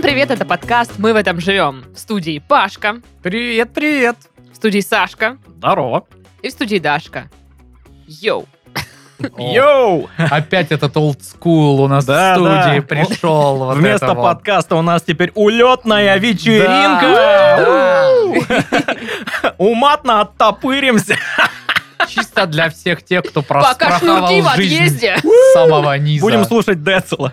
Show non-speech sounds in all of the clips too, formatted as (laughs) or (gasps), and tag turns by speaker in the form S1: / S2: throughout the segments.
S1: привет, это подкаст «Мы в этом живем». В студии Пашка,
S2: Привет, привет.
S1: в студии Сашка
S2: Здорово.
S1: и в студии Дашка. Йоу.
S2: Йоу!
S3: Опять этот олдскул у нас
S2: Да,
S3: в студии
S2: да.
S3: пришел. вот
S2: Вместо
S3: это вот.
S2: подкаста у нас теперь улетная вечеринка.
S3: Да.
S2: Уматно оттопыримся.
S3: А, Чисто для всех тех, кто прос-
S1: Пока шнурки в
S3: прохавал жизнь
S1: отъезде.
S3: с самого низа.
S2: Будем слушать Децела.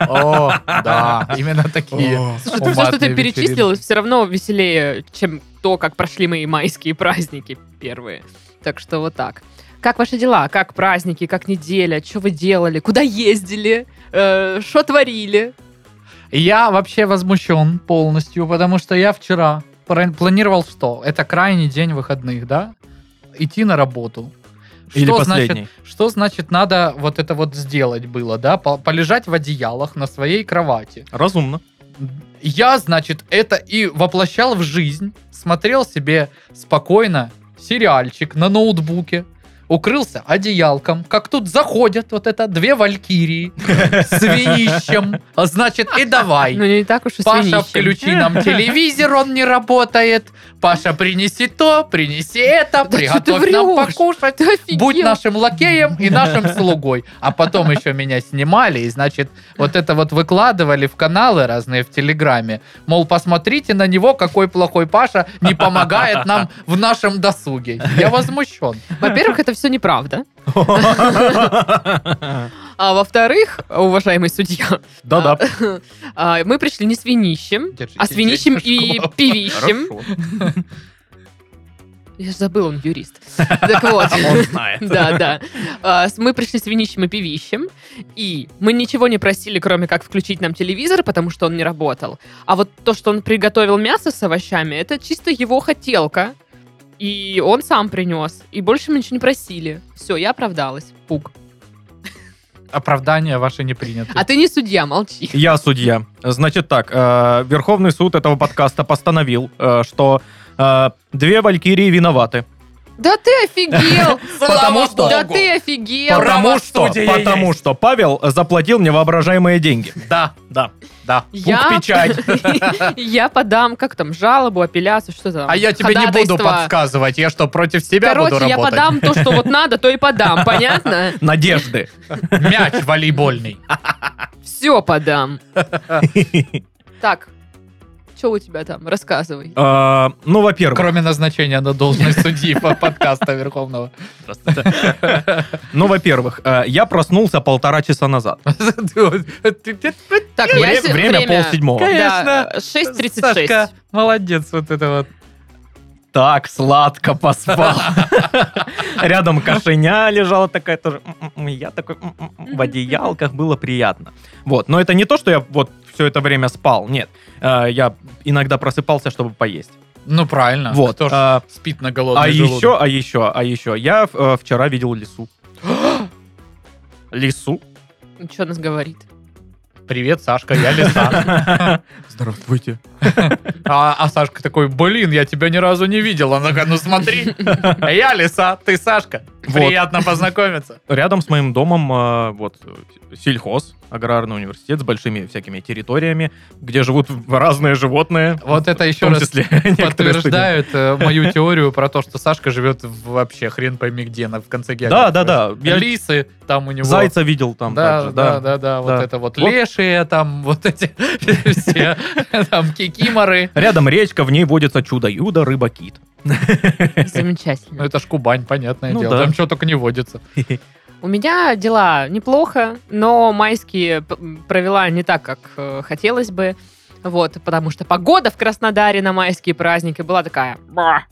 S3: О, да, именно такие.
S1: Слушай, ну все, что ты
S3: Уматные
S1: перечислил, все равно веселее, чем то, как прошли мои майские праздники первые. Так что вот так. Как ваши дела? Как праздники? Как неделя? Что вы делали? Куда ездили? Что творили?
S3: Я вообще возмущен полностью, потому что я вчера пра- планировал что? Это крайний день выходных, да? Идти на работу.
S2: Или
S3: Что значит
S2: последний.
S3: Что значит надо вот это вот сделать было, да? По- Полежать в одеялах на своей кровати.
S2: Разумно.
S3: Я, значит, это и воплощал в жизнь, смотрел себе спокойно сериальчик на ноутбуке, укрылся одеялком, как тут заходят вот это две валькирии с винищем, а значит, и
S1: Ну,
S3: давай.
S1: не так уж и
S3: Паша,
S1: свинищем.
S3: включи нам телевизор, он не работает. Паша, принеси то, принеси это,
S1: Да чё ты
S3: приготовь нам
S1: врёшь?
S3: покушать.
S1: Ты офигел?
S3: Будь нашим лакеем и нашим слугой. А потом еще меня снимали, и, значит, вот это вот выкладывали в каналы разные в Телеграме. Мол, посмотрите на него, какой плохой Паша не помогает нам в нашем досуге. Я возмущен.
S1: Во-первых, это все неправда. А во-вторых, уважаемый судья,
S2: Да-да.
S1: а, мы пришли не с винищем, а с винищем и пивищем. Я же забыл, он юрист. Так вот.
S2: Он знает.
S1: Да, да. А, с- Мы пришли с винищем и пивищем, и мы ничего не просили, кроме как включить нам телевизор, потому что он не работал. А вот то, что он приготовил мясо с овощами, это чисто его хотелка. И он сам принес. И больше мы ничего не просили. Все, я оправдалась. Пук.
S3: Оправдания ваши не приняты.
S1: А ты не судья, молчи.
S2: Я судья. Значит так, э, Верховный суд этого подкаста постановил, э, что э, две валькирии виноваты.
S1: Да ты офигел!
S3: (laughs) Потому что-
S1: Да ты офигел!
S3: Право
S2: Потому что,
S3: судьи
S2: потому
S3: есть.
S2: что Павел заплатил мне воображаемые деньги.
S3: Да,
S2: Да.
S3: да.
S1: Я-
S3: Пук печать.
S1: (laughs) Я подам, как там, жалобу, апелляцию, что там?
S3: А я тебе не
S1: ходатайство.
S3: буду подсказывать. Я что, против себя буду
S1: Короче, я
S3: работать?
S1: подам то, что
S3: (laughs)
S1: вот надо, то и подам, понятно?
S2: Надежды.
S3: Мяч
S1: (laughs)
S3: волейбольный.
S1: Все
S3: (laughs)
S1: подам. Так, что у тебя там? Рассказывай.
S2: Э, Ну, во-первых,
S3: Кроме назначения на должность судьи (laughs) по- подкаста (laughs) Верховного.
S2: (laughs) ну, во-первых, э, я проснулся полтора часа назад.
S1: Так,
S2: Вре-
S1: я се-
S2: Время полседьмого.
S1: Да,
S3: Конечно.
S1: 6.36.
S3: молодец, вот это вот.
S2: Так сладко
S3: (laughs)
S2: поспал. Рядом кошеня лежала такая тоже. М-м-м. Я такой м-м-м. в одеялках было приятно. Вот, но это не то, что я вот все это время спал. Нет, Э, я иногда просыпался, чтобы поесть.
S3: Ну, правильно.
S2: Вот.
S3: Кто ж
S2: А
S3: спит на голодный
S2: а
S3: желудок?
S2: еще, а еще, а еще. Я э, вчера видел
S3: (gasps)
S2: лису. Лису?
S1: Что нас
S3: (laughs)
S1: говорит?
S3: Привет, Сашка, я Лиса.
S2: (laughs) Здравствуйте.
S3: А, а Сашка такой, блин, я тебя ни разу не видел. Она такая, ну смотри, А я Лиса, ты Сашка.
S2: Вот.
S3: Приятно познакомиться.
S2: Рядом с моим домом э, вот э, сельхоз, аграрный университет с большими всякими территориями, где живут разные животные.
S3: Вот это
S2: в
S3: еще
S2: том
S3: раз
S2: числе (laughs) некоторые
S3: подтверждают э, мою теорию про то, что Сашка живет вообще хрен пойми где, на- в конце
S2: студенты.
S3: географии.
S2: Да, да, да. Я
S3: Лисы там у него.
S2: зайца видел там
S3: да,
S2: также,
S3: да,
S2: да.
S3: да, да, вот
S2: Да.
S3: это вот,
S2: Вот.
S3: лешие там, вот эти (laughs) все, там кикиморы.
S2: Рядом речка, в ней водится чудо-юдо, рыба-кит.
S3: Ну
S1: Замечательно.
S3: это ж Кубань, понятное
S2: Ну
S3: дело,
S2: да.
S3: там что только не водится.
S1: У меня дела неплохо, но майские п- провела не так, как э, хотелось бы. Вот, потому что погода в Краснодаре на майские праздники была такая. ба,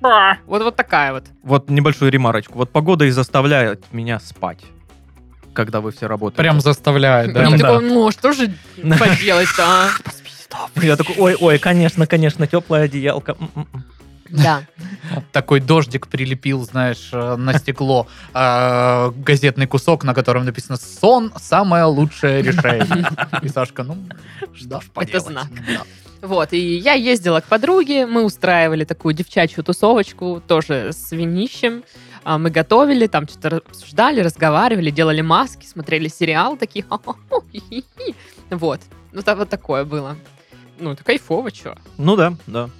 S1: ба, Вот, вот такая вот.
S2: Вот небольшую ремарочку. Вот погода и заставляет меня спать, когда вы все работаете.
S3: Прям заставляет, да?
S1: Прям
S2: да.
S1: такой, ну, а что же поделать-то, а?
S2: Я такой, ой, ой, конечно, конечно, теплая одеялка. М-м-м.
S1: Да.
S3: Такой дождик прилепил, знаешь, э, на стекло э, газетный кусок, на котором написано «Сон – самое лучшее решение». И Сашка, ну, что ж поделать.
S1: знак.
S3: Да.
S1: Вот, и я ездила к подруге, мы устраивали такую девчачью тусовочку, тоже с винищем. А, Мы готовили, там что-то обсуждали, разговаривали, делали (laughs) маски, смотрели сериал, такие «Хо-хо-хо, хи-хи-хи». Вот, ну та- вот такое было. ну, это кайфово, чё.
S2: Ну да, да.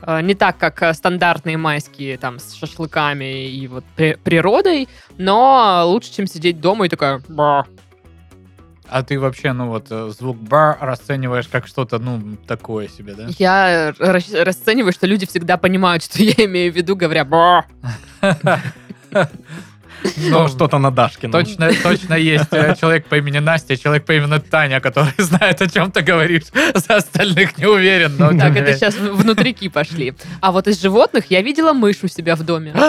S1: Э, Не так, как э, стандартные майские, там, с шашлыками и вот при- природой, но лучше, чем сидеть дома и такая... «Ба».
S3: А ты вообще, ну вот, э, звук бар расцениваешь как что-то, ну, такое себе, да?
S1: Я рас- расцениваю, что люди всегда понимают, что (laughs) я имею в виду, говоря... «Ба».
S2: Ну, что-то на Дашкину.
S3: Точно, точно есть э, человек по имени Настя, и человек по имени Таня, который (laughs) знает, о чем ты говоришь. За остальных не уверен. но тем
S1: Так,
S3: не
S1: это
S3: менее.
S1: сейчас внутрики пошли. А вот из животных я видела мышь у себя в доме.
S3: (laughs)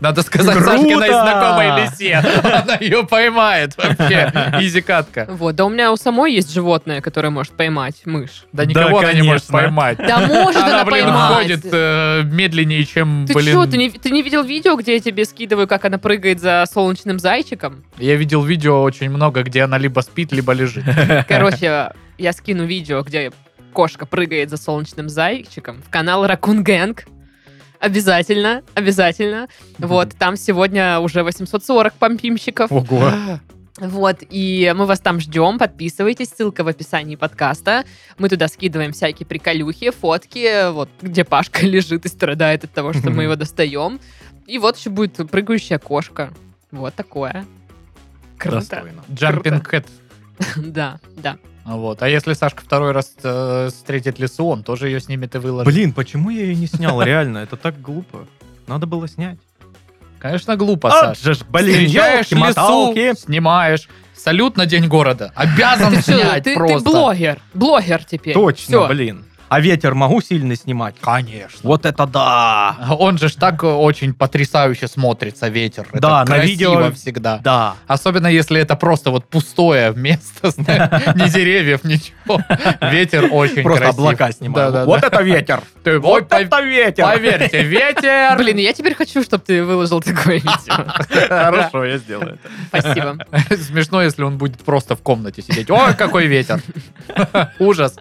S3: Надо сказать
S2: Круто!
S3: Сашкиной знакомой лисе. (laughs) Она ее поймает вообще. Изи катка.
S1: Вот, да у меня у самой есть животное, которое может поймать мышь.
S3: Да
S2: Да,
S3: никого она не может
S2: конечно.
S3: поймать.
S1: Да может она,
S3: Она, блин,
S1: поймать.
S3: ходит э, медленнее, чем,
S1: Ты
S3: блин...
S1: что, ты не, ты не видел видео, где я тебе скидываю, как она прыгает за солнечным зайчиком?
S3: Я видел видео очень много, где она либо спит, либо лежит.
S1: Короче, я скину видео, где кошка прыгает за солнечным зайчиком в канал Ракун Гэнг. Обязательно, обязательно. Вот, там сегодня уже 840 помпимщиков.
S2: (laughs) Ого.
S1: Вот, и мы вас там ждем. Подписывайтесь, ссылка в описании подкаста. Мы туда скидываем всякие приколюхи, фотки, вот где Пашка (laughs) лежит и страдает от того, что мы его достаем. И вот еще будет прыгающая кошка. Вот такое. Круто.
S2: Достойно.
S3: Джампинг кэт.
S1: (laughs) Да,
S2: (laughs)
S1: да.
S3: Вот. А если Сашка второй раз э, встретит лису, он тоже ее снимет и выложит.
S2: Блин, почему я ее не снял, реально? Это так глупо. Надо было снять.
S3: Конечно, глупо,
S2: А
S3: Саш.
S2: же ж, блин,
S3: Встречаешь
S2: елки-моталки.
S3: лесу, снимаешь. Салют на День города. Обязан
S1: Ты, чё,
S3: снять
S1: ты- ты
S3: просто.
S1: блогер. Блогер теперь.
S2: Точно,
S1: Всё.
S2: блин. А ветер могу сильно снимать?
S3: Конечно.
S2: Вот это да!
S3: (laughs) Он же ж так очень потрясающе смотрится, ветер. Это
S2: Да, на
S3: красиво
S2: видео-
S3: всегда.
S2: Да.
S3: Особенно если это просто вот пустое место, (laughs) знаешь, ни деревьев, ничего. Ветер очень
S2: Просто
S3: красив.
S2: облака снимаю.
S3: Да-да-да.
S2: вот это ветер!
S3: Ты- ой,
S2: Вот
S3: пов-
S2: это ветер! (laughs)
S3: Поверьте, ветер! (laughs)
S1: Блин, я теперь хочу, чтобы ты выложил такое видео.
S2: Хорошо, я сделаю это.
S1: Спасибо.
S3: Смешно, если он будет просто в комнате сидеть. Ой, какой ветер! (laughs) Ужас.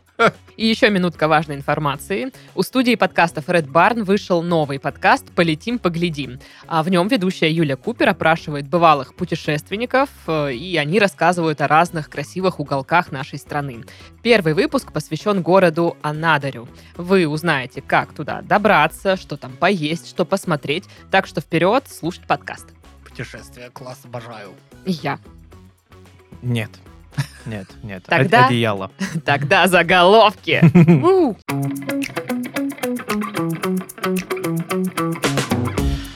S1: И еще минутка важной информации. У студии подкастов Red Barn вышел новый подкаст «Полетим, поглядим». А в нем ведущая Юля Купер опрашивает бывалых путешественников, э, и они рассказывают о разных красивых уголках нашей страны. Первый выпуск посвящен городу Анадарю. Вы узнаете, как туда добраться, что там поесть, что посмотреть. Так что вперед, слушать подкаст.
S3: Путешествие, класс, обожаю.
S1: И Я.
S2: Нет. Нет, нет.
S1: Тогда-
S2: Од- Одеяло.
S1: Тогда
S3: (laughs)
S1: заголовки. У.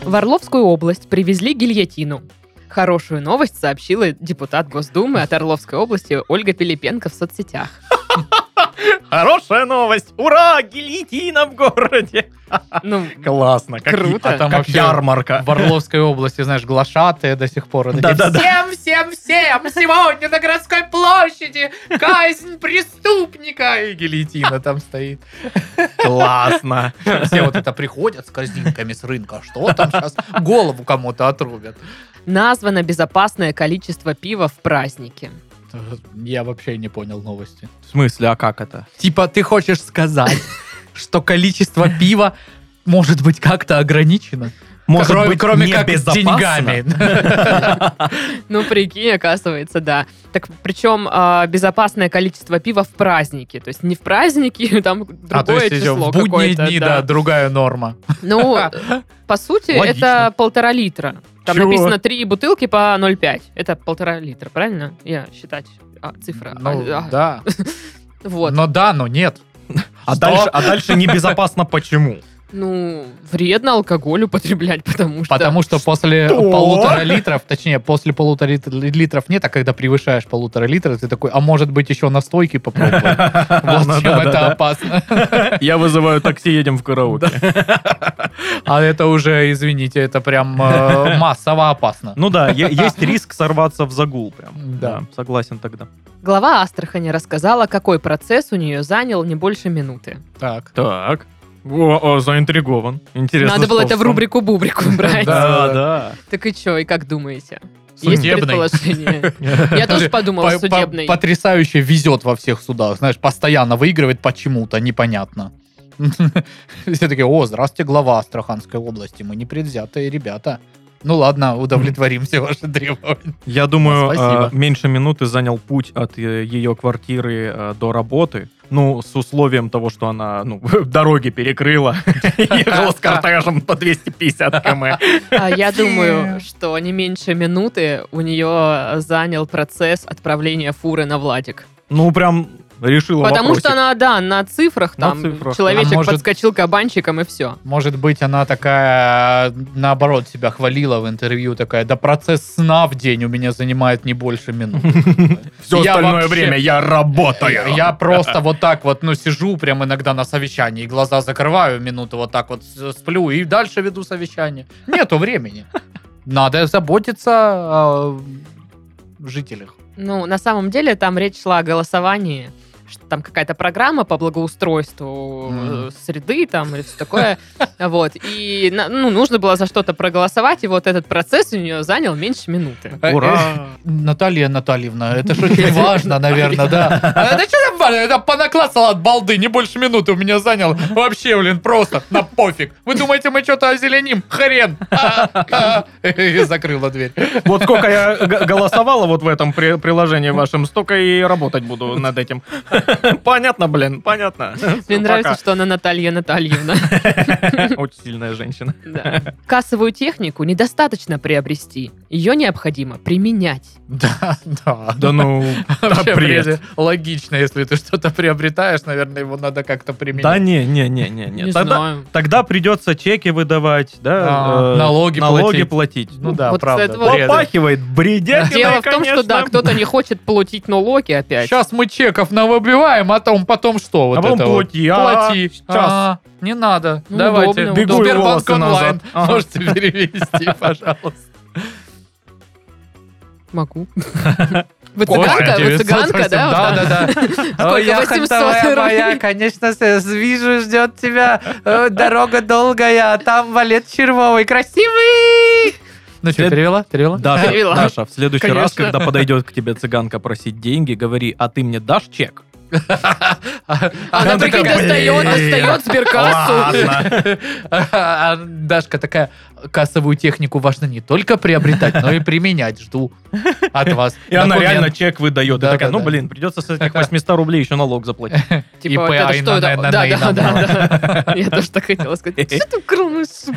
S1: В Орловскую область привезли гильотину. Хорошую новость сообщила депутат Госдумы от Орловской области Ольга Пилипенко в соцсетях.
S3: (laughs)
S2: Хорошая новость! Ура! Гильотина в городе!
S1: Ну,
S2: Классно, как,
S1: Круто.
S2: а там
S3: Как
S2: вообще
S3: ярмарка.
S2: ярмарка.
S3: В Орловской области, знаешь, глашатые до сих пор.
S2: Да, да, да.
S3: Всем, всем, всем! Сегодня на городской площади казнь преступника! И гильотина там стоит.
S2: Классно.
S3: Все вот это приходят с корзинками с рынка. Что там сейчас? Голову кому-то отрубят.
S1: названо безопасное количество пива в празднике.
S3: Я вообще не понял новости.
S2: В смысле, а как это?
S3: Типа, ты хочешь сказать, что количество пива может быть как-то ограничено?
S2: Может
S3: кроме,
S2: быть,
S3: кроме как с
S2: небезопасно?
S3: деньгами.
S1: Ну, прикинь, оказывается, да. Так причем а, безопасное количество пива в празднике. То есть не в празднике, (laughs) там другое
S3: А то есть еще
S1: число
S3: в будние
S1: какое-то,
S3: дни,
S1: да.
S3: да, другая норма. (laughs)
S1: Ну, по сути,
S2: Логично.
S1: это полтора литра. Там
S2: Чего?
S1: написано три бутылки по 0,5. Это полтора литра, правильно? Я считать а, цифра.
S3: Ну,
S1: А, а,
S3: да.
S1: Вот.
S3: Но да, но нет.
S2: А
S3: Что?
S2: дальше, а дальше небезопасно (laughs) почему?
S1: Ну, вредно (laughs) алкоголь употреблять, потому что...
S3: Потому что после
S2: Что?
S3: полутора литров, точнее, после полутора лит- литров нет, а когда превышаешь полутора литра, ты такой, а может быть еще настойки попробуем?
S2: (laughs) Ну
S3: Вот чем
S2: да, да,
S3: это
S2: да.
S3: опасно.
S2: Я вызываю такси, едем в караоке.
S3: А это уже, извините, это прям э, массово опасно.
S2: Ну да, е- есть риск сорваться в загул прям.
S3: Да.
S2: Да, согласен тогда.
S1: Глава Астрахани рассказала, какой процесс у нее занял не больше минуты.
S3: Так.
S2: Так. О, о, заинтригован. Интересно.
S1: Надо было
S2: что
S1: это в
S2: там.
S3: (laughs)
S1: рубрику-бубрику брать.
S2: Да, да.
S1: Так и что, и как думаете? Есть
S3: Судебный.
S1: предположение?
S2: (laughs)
S1: Я тоже подумала,
S3: По- по-
S1: судебный.
S3: Потрясающе везет во всех судах. Знаешь, постоянно выигрывает почему-то, непонятно. (laughs) Все такие, о, здравствуйте, глава Астраханской области. Мы непредвзятые ребята. Ну ладно, удовлетворим все ваши требования.
S2: Я думаю, а,
S3: Спасибо.
S2: э, меньше минуты занял путь от э, ее квартиры э, до работы. Ну, с условием того, что она, ну, (laughs) дороги перекрыла. (laughs) Ехала с кортежем по 250 км.
S1: А Я думаю, что не меньше минуты у нее занял процесс отправления фуры на Владик.
S2: Ну, прям решила
S1: Потому
S2: вопросик.
S1: что она, да, на цифрах
S2: На
S1: там
S2: цифрах.
S1: человечек
S3: А может-
S1: подскочил кабанчиком и все.
S3: Может быть, она такая, наоборот, себя хвалила в интервью, такая, да процесс сна в день у меня занимает не больше
S2: (laughs)
S3: минут.
S2: Все
S3: Я
S2: остальное
S3: вообще-
S2: время я работаю.
S3: Я просто вот так вот, ну, сижу прям иногда на совещании, глаза закрываю минуту, вот так вот с- сплю и дальше веду совещание. Нету времени. Надо заботиться о жителях.
S1: Ну, на самом деле, там речь шла о голосовании, что там какая-то программа по благоустройству
S3: Мгм.
S1: э, среды там или все
S2: (laughs)
S1: такое. Вот. И на- ну, нужно было за что-то проголосовать, и вот этот процесс у нее занял меньше минуты.
S3: Э,
S2: Ура!
S3: Наталья Анатольевна, это же очень важно, наверное, да. А Это что там важно? Это понаклацала от балды, не больше минуты у меня заняло. Вообще, блин, просто на пофиг. Вы думаете, мы что-то озеленим? Хрен! А, а. И закрыла дверь.
S2: Вот сколько я г- голосовала вот в этом при- приложении вашем, столько и работать буду над этим. Понятно, блин, понятно.
S1: Мне
S2: Всё,
S1: нравится,
S2: Ну, пока.
S1: что она Наталья Натальевна.
S2: Очень сильная женщина.
S1: Да. (laughs) Кассовую технику недостаточно приобрести. Ее необходимо применять.
S3: Да, да.
S2: Да ну,
S3: Вообще,
S2: привет.
S3: вроде логично, если ты что-то приобретаешь, наверное, его надо как-то применять.
S2: Да не, не, не, не,
S1: Не
S2: не. Тогда,
S1: знаю.
S2: тогда придется чеки выдавать, да? э,
S3: Да, А, налоги
S2: налоги платить.
S3: Ну да,
S1: Вот,
S3: правда.
S1: кстати, вот.
S3: бред.
S2: Попахивает бредятиной,
S1: Дело в том, что
S2: конечно.
S1: да, кто-то не хочет платить налоги опять.
S3: Сейчас мы чеков навыбиваем, а там потом что? Вот
S2: А потом
S3: это вот.
S2: плати, а,
S3: Плати.
S2: сейчас.
S3: А, не надо.
S1: Ну,
S3: Давайте.
S1: удобно,
S2: Бегу и
S3: Сбербанк
S2: волосы назад.
S3: онлайн.
S2: Ага. (laughs)
S3: Можете перевести, пожалуйста. (laughs)
S1: Могу. Вы цыганка? Вы цыганка, да? Вот так?
S3: Да, да, да.
S1: (laughs) Сколько? 800 рублей?
S3: конечно, с- вижу, ждет тебя
S1: (laughs)
S3: э, дорога долгая, а там валет червовый, красивый. Ну что,
S2: След-
S3: перевела? Перевела?
S2: Даша,
S1: Перевела.
S2: Даша, в следующий раз,
S1: Конечно.
S2: когда подойдет к тебе цыганка просить деньги, говори, а ты мне дашь чек?
S3: А
S1: Она,
S2: Она
S1: прикинь,
S2: такая,
S1: достает,
S2: «Блин,
S1: достает сберкассу.
S3: А Дашка такая, кассовую технику важно не только приобретать, но и применять. Жду от вас.
S2: И она
S3: документ.
S2: реально чек выдает. И
S3: Да,
S2: такая,
S3: да,
S2: ну
S3: да.
S2: блин, придется с этих 800 рублей еще налог заплатить. (laughs)
S1: Типа, вот
S3: ИП,
S1: это что это?
S3: АИНН,
S1: Да, да,
S3: ИНН.
S1: да,
S3: (laughs)
S1: да. Я тоже так хотела сказать. Что ты кроме
S3: (laughs)
S1: Ты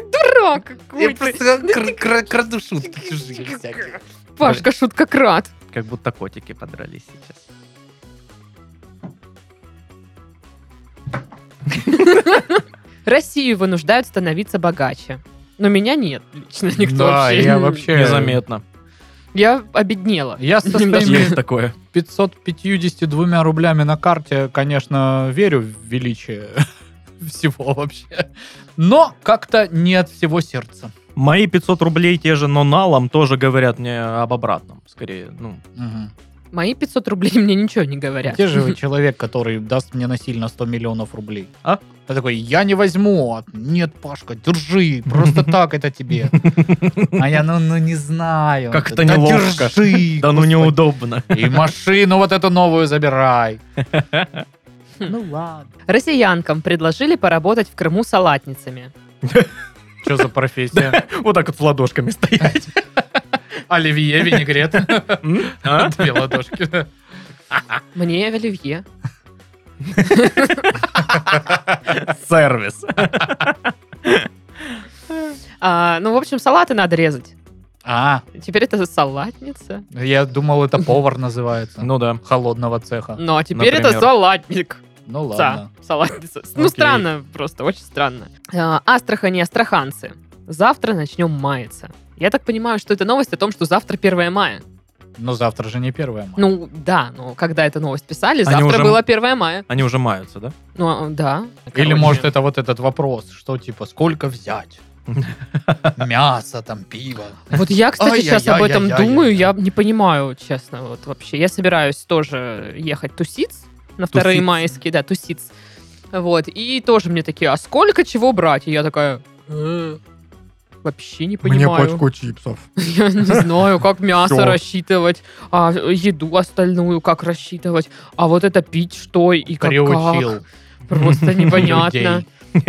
S1: дурак
S3: Я
S1: какой-то.
S3: просто кр- кр- краду шутки (laughs) чужие всякие.
S1: (laughs) Пашка, шутка крат.
S2: Как будто котики подрались сейчас.
S1: Россию вынуждают становиться богаче. Но меня нет лично (laughs) никто
S3: Да,
S1: вообще.
S3: я вообще-
S2: Незаметно.
S1: Я обеднела.
S3: Я со
S1: Э.
S2: Есть
S3: своими
S2: такое.
S3: 552 рублями на карте, конечно, верю в величие (laughs) всего вообще. Но как-то не от всего сердца.
S2: Мои 500 рублей те же, но налом тоже говорят мне об обратном. Скорее, ну,
S3: Мгм.
S1: Мои 500 рублей мне ничего не говорят.
S3: Где же вы человек, который даст мне насильно 100 миллионов рублей?
S2: А?
S3: Я такой, я не возьму. А, Нет, Пашка, держи. Просто так это тебе. А я, ну, ну не знаю.
S2: Как-то
S3: Да
S2: неловко.
S3: Держи.
S2: (laughs) да ну
S3: господи.
S2: неудобно. (laughs)
S3: И машину вот эту новую забирай. Ну ладно.
S1: Россиянкам предложили поработать в Крыму салатницами.
S3: Что за профессия?
S2: Вот так вот с ладошками стоять.
S3: Оливье, винегрет.
S2: М? А?
S3: Две ладошки.
S1: Мне в оливье.
S2: Сервис.
S1: А, ну, в общем, салаты надо резать.
S3: А,
S1: Теперь это салатница.
S3: я думал, это повар называется.
S2: Ну да.
S3: Холодного цеха.
S1: Ну, а теперь это
S2: Например.
S1: салатник.
S3: Ну
S1: Да,
S3: ладно.
S1: салатница. Ну,
S2: Окей.
S1: странно просто, очень странно. А, Астрахань и астраханцы. Завтра начнем маяться. Я так понимаю, что это новость о том, что завтра 1 мая.
S3: Но завтра же не первое мая.
S1: Ну, да, но когда эту новость писали,
S2: Они
S1: завтра
S2: уже-
S1: было 1 мая.
S2: Они уже маются, да?
S1: Ну, а, да.
S3: Или
S1: Короче.
S3: может это вот этот вопрос, что типа
S1: (laughs)
S3: сколько взять? Мясо, там, пиво.
S1: Вот я, кстати,
S3: Ай-яй-яй-яй-яй-яй.
S1: сейчас об этом думаю, я не понимаю, честно, вот вообще. Я собираюсь тоже ехать тусиц на вторые
S2: Тусиц.
S1: майские, да, тусиц. Вот, и тоже мне такие, а сколько чего брать? И я такая, «Э, вообще не понимаю.
S3: чипсов.
S1: (laughs) Я не знаю, как мясо
S3: Всё.
S1: рассчитывать, а еду остальную как рассчитывать, а вот это пить что и как.
S3: Приучил.
S1: Просто непонятно.
S3: людей.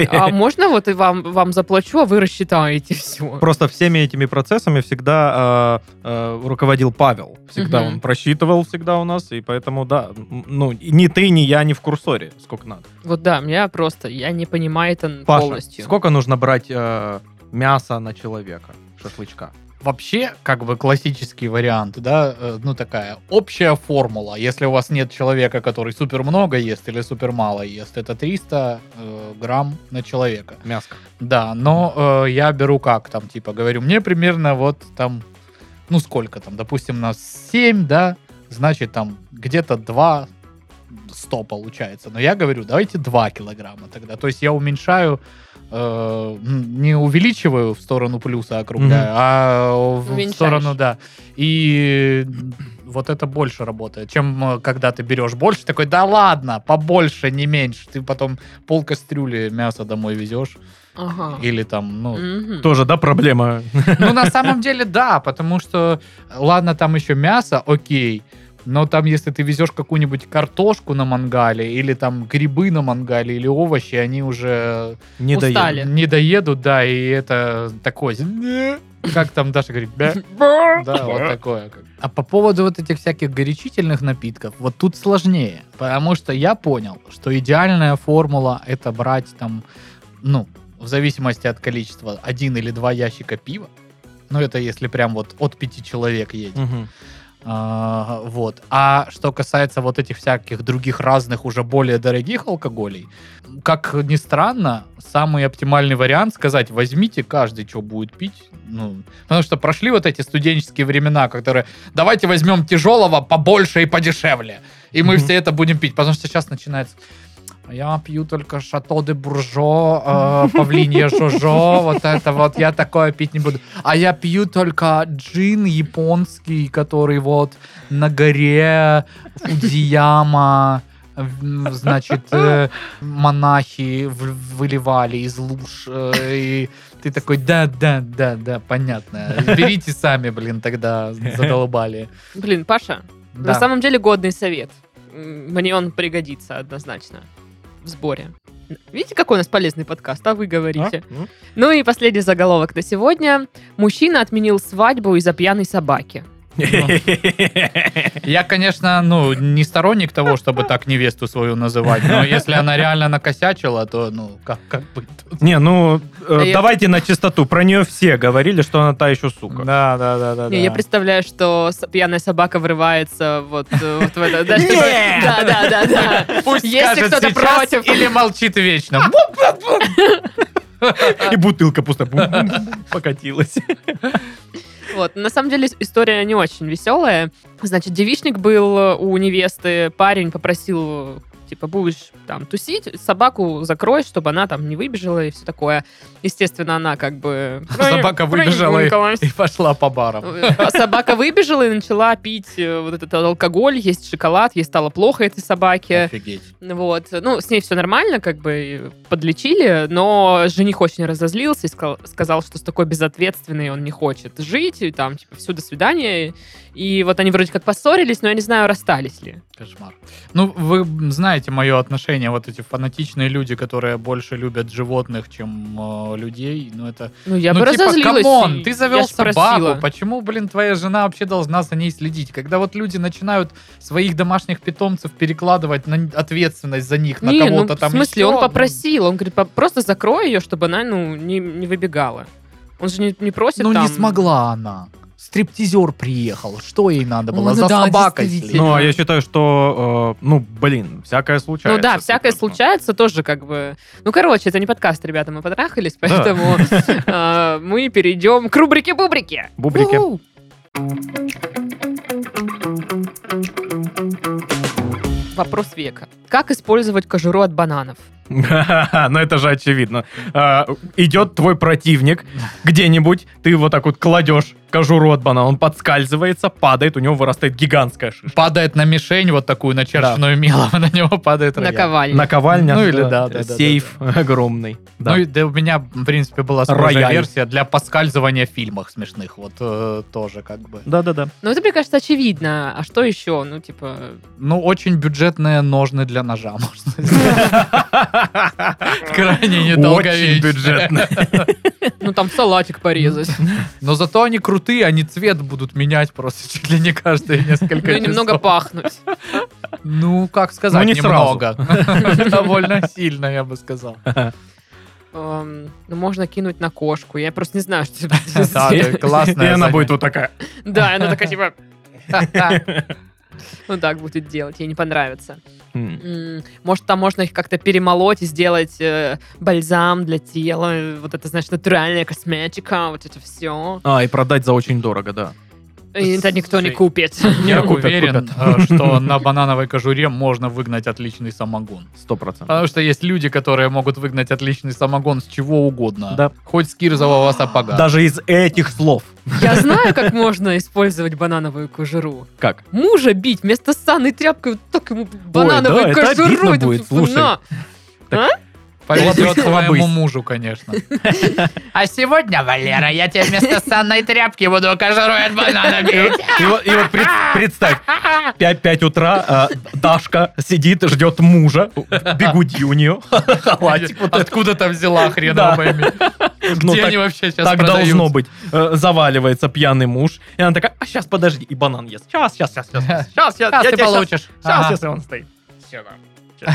S1: А можно вот и вам, вам заплачу, а вы рассчитаете все?
S2: Просто всеми этими процессами всегда э, э, руководил Павел. Всегда
S1: Мгм.
S2: он просчитывал всегда у нас, и поэтому, да, м, ну, ни ты, ни я, ни в курсоре, сколько надо.
S1: Вот да, меня просто, я не понимаю это
S2: Паша,
S1: полностью.
S2: сколько нужно брать э, мяса на человека, шашлычка?
S3: Вообще, как бы классический вариант, да, э, ну такая общая формула. Если у вас нет человека, который супер много ест или супер мало ест, это 300 э, грамм на человека.
S2: Мяско.
S3: Да, но э, я беру как там, типа, говорю, мне примерно вот там, ну сколько там, допустим, на 7, да, значит там где-то 2, 100 получается. Но я говорю, давайте 2 килограмма тогда. То есть я уменьшаю, э, м, не увеличиваю в сторону плюса округляю,
S2: Мгм.
S3: а в- в
S1: Уменьшаешь.
S3: сторону, да. И вот это больше работает, чем э, когда ты берешь больше, такой, да ладно, побольше, не меньше. Ты потом пол кастрюли мяса домой везешь.
S1: Ага.
S3: Или там, ну...
S1: Мгм.
S2: Тоже, да, проблема? (laughs)
S3: Ну, на самом деле, да, потому что, ладно, там еще мясо, окей, но там, если ты везешь какую-нибудь картошку на мангале, или там грибы на мангале, или овощи, они уже
S2: Не доедем.
S1: Устали. Далее.
S3: не доедут, да, и это такое... «Бе». Как там Даша говорит, «Бе». Да, вот такое. как. А по поводу вот этих всяких горячительных напитков, вот тут сложнее, потому что я понял, что идеальная формула это брать там, ну, в зависимости от количества, один или два ящика пива. Ну, это если прям вот от пяти человек едет.
S2: Мгм.
S3: А, вот. А что касается вот этих всяких других разных, уже более дорогих алкоголей, как ни странно, самый оптимальный вариант сказать, возьмите каждый, что будет пить. Ну, потому что прошли вот эти студенческие времена, которые давайте возьмем тяжелого побольше и подешевле. И мы
S2: Мгм.
S3: все это будем пить. Потому что сейчас начинается... «А Я пью только шато де буржо, э, павлинье жожо, вот это вот, я такое пить не буду. А я пью только джин японский, который вот на горе Фудзияма, м, значит, э, монахи в- выливали из луж. э, И ты такой, да-да-да-да, понятно. Берите сами, блин, тогда задолбали.
S1: Блин, Паша, на
S3: Да.
S1: самом деле годный совет. М, Мне он пригодится однозначно в сборе. Видите, какой у нас полезный подкаст, а вы говорите.
S2: М?
S1: Ну и последний заголовок на сегодня. Мужчина отменил свадьбу из-за пьяной собаки.
S3: Я, конечно, ну, не сторонник того, чтобы так невесту свою называть, но если она реально накосячила, то, ну, как, как быть
S2: (laughs)
S3: тут?
S2: Не, ну, э,
S1: Да я-
S2: давайте на чистоту. Про нее все говорили, что она та еще сука.
S3: Да, да, да, да.
S1: Не, я представляю, что с- пьяная собака врывается вот, э, вот в это. да,
S2: Нет!
S1: чтобы- Да, да, да, да.
S3: Пусть
S1: Если
S3: скажет
S1: кто-то
S3: сейчас
S1: против.
S3: или молчит вечно.
S2: И бутылка пусто покатилась.
S1: Вот. На самом деле история не очень веселая. Значит, девичник был у невесты, парень попросил типа, будешь там тусить, собаку закрой, чтобы она там не выбежала и все такое. Естественно, она как бы...
S3: (laughs) Собака выбежала
S1: проникнулась.
S3: И пошла по барам.
S1: А Собака выбежала и начала пить э, вот этот алкоголь, есть шоколад, ей стало плохо этой собаке.
S3: Офигеть.
S1: Вот. Ну, с ней все нормально, как бы и подлечили, но жених очень разозлился и сказал, сказал, что с такой безответственной он не хочет жить, и там, типа, все, до свидания. И вот они вроде как поссорились, но я не знаю, расстались ли.
S3: Кошмар. Ну, вы знаете мое отношение, вот эти фанатичные люди, которые больше любят животных, чем э, людей. Ну, это...
S1: Ну, я
S3: ну,
S1: бы
S3: типа,
S1: разозлилась.
S3: камон,
S1: и
S3: ты
S1: я
S3: завел
S1: ж
S3: собаку,
S1: просила.
S3: почему, блин, твоя жена вообще должна за ней следить? Когда вот люди начинают своих домашних питомцев перекладывать на ответственность за них,
S1: Не,
S3: на
S1: ну,
S3: кого-то
S1: в
S3: там
S1: смысле,
S3: еще,
S1: он
S3: ну,
S1: попросил, он говорит, «Па- просто закрой ее, чтобы она, ну, не, не выбегала. Он же не, не просит
S3: Ну,
S1: там...
S3: не смогла она. Стриптизер приехал, что ей надо
S1: Ну,
S3: было?
S1: ну
S3: за
S1: да,
S3: собакой
S1: действительно.
S3: следить?
S2: Ну, а я считаю, что, э, ну, блин, всякое случается.
S1: Ну да, всякое
S2: Типа, ну,
S1: случается тоже как бы... Ну, короче, это не подкаст, ребята, мы потрахались,
S2: (laughs)
S1: поэтому э, мы перейдем к рубрике «Бубрики».
S2: Бубрики.
S1: У-ху. Вопрос века. Как использовать кожуру от бананов?
S2: (laughs) Ну, это же очевидно. А, Идет твой противник где-нибудь, ты его так вот кладешь кожуру от банана, он подскальзывается, падает, у него вырастает гигантская шишка.
S3: Падает на мишень вот такую начерченную мелом, на него падает рояль.
S1: Наковальня.
S2: Наковальня. э,
S3: Ну, или да, да, да,
S2: Сейф огромный. Да.
S3: Ну, и да, у меня, в принципе, была схожая
S2: Рояль.
S3: версия для подскальзывания в фильмах смешных. Вот э, тоже как бы.
S2: Да-да-да.
S1: Ну, это, мне кажется, очевидно. А что еще? Ну, типа...
S3: (laughs) Ну, очень бюджетные ножны для ножа, можно сказать. Крайне
S2: Очень
S3: недолговечно.
S2: бюджетно.
S1: Ну, там салатик
S2: (laughs)
S1: порезать.
S3: Но зато они крутые, они цвет будут менять просто чуть ли не каждые несколько
S1: Ну, и
S3: часов.
S1: немного пахнуть.
S3: Ну, как сказать,
S2: Ну, не сразу.
S3: немного. (laughs) Довольно сильно, я бы сказал.
S1: Эм, Ну, можно кинуть на кошку. Я просто не знаю,
S2: (laughs)
S1: что тебе здесь
S3: (laughs) Да,
S1: сделать.
S3: да, классное
S2: И она
S3: занятие.
S2: будет вот такая.
S1: Да, и она такая,
S2: (laughs)
S1: типа, ну так будет делать, ей не понравится.
S2: М.
S1: М, Может, там можно их как-то перемолоть и сделать э, бальзам для тела, э, вот это, значит, натуральная косметика, вот это все.
S2: А, и продать за очень дорого, да.
S1: И это никто не
S2: (laughs)
S3: Слушай,
S1: купит.
S3: Я
S2: купят,
S3: уверен, э, что на банановой кожуре можно выгнать отличный самогон.
S2: Сто процентов.
S3: Потому что есть люди, которые могут выгнать отличный самогон с чего угодно.
S2: Да.
S3: Хоть с кирзового сапога.
S2: Даже из этих слов.
S1: Я знаю, как можно использовать банановую кожуру.
S2: Как?
S1: Мужа бить вместо санной тряпкой, вот так ему банановой
S2: да, это
S1: кожуру.
S2: обидно
S1: да,
S2: будет,
S1: типа,
S2: слушай.
S1: на.
S3: Повезет
S2: Лобысь,
S3: твоему
S2: лобысь.
S3: мужу, конечно. А сегодня, Валера, я тебе вместо санной тряпки буду кожурой от (laughs) банана бить.
S2: И вот, и вот пред- представь, 5, утра, э, Дашка сидит, ждет мужа, бегуди у нее, (laughs) халатик вот этот.
S3: Откуда там взяла, хрена
S2: Да.
S3: пойми.
S2: Ну,
S3: Где
S2: так-
S3: они вообще сейчас
S2: Так
S3: продаются?
S2: должно быть. Э, Заваливается пьяный муж, и она такая, а сейчас подожди, и банан ест. Сейчас, сейчас, сейчас, сейчас. Сейчас, я,
S3: Сейчас
S2: я
S3: ты
S2: тебя щас-
S3: получишь.
S2: Сейчас,
S3: Ага.
S2: если он стоит. Все,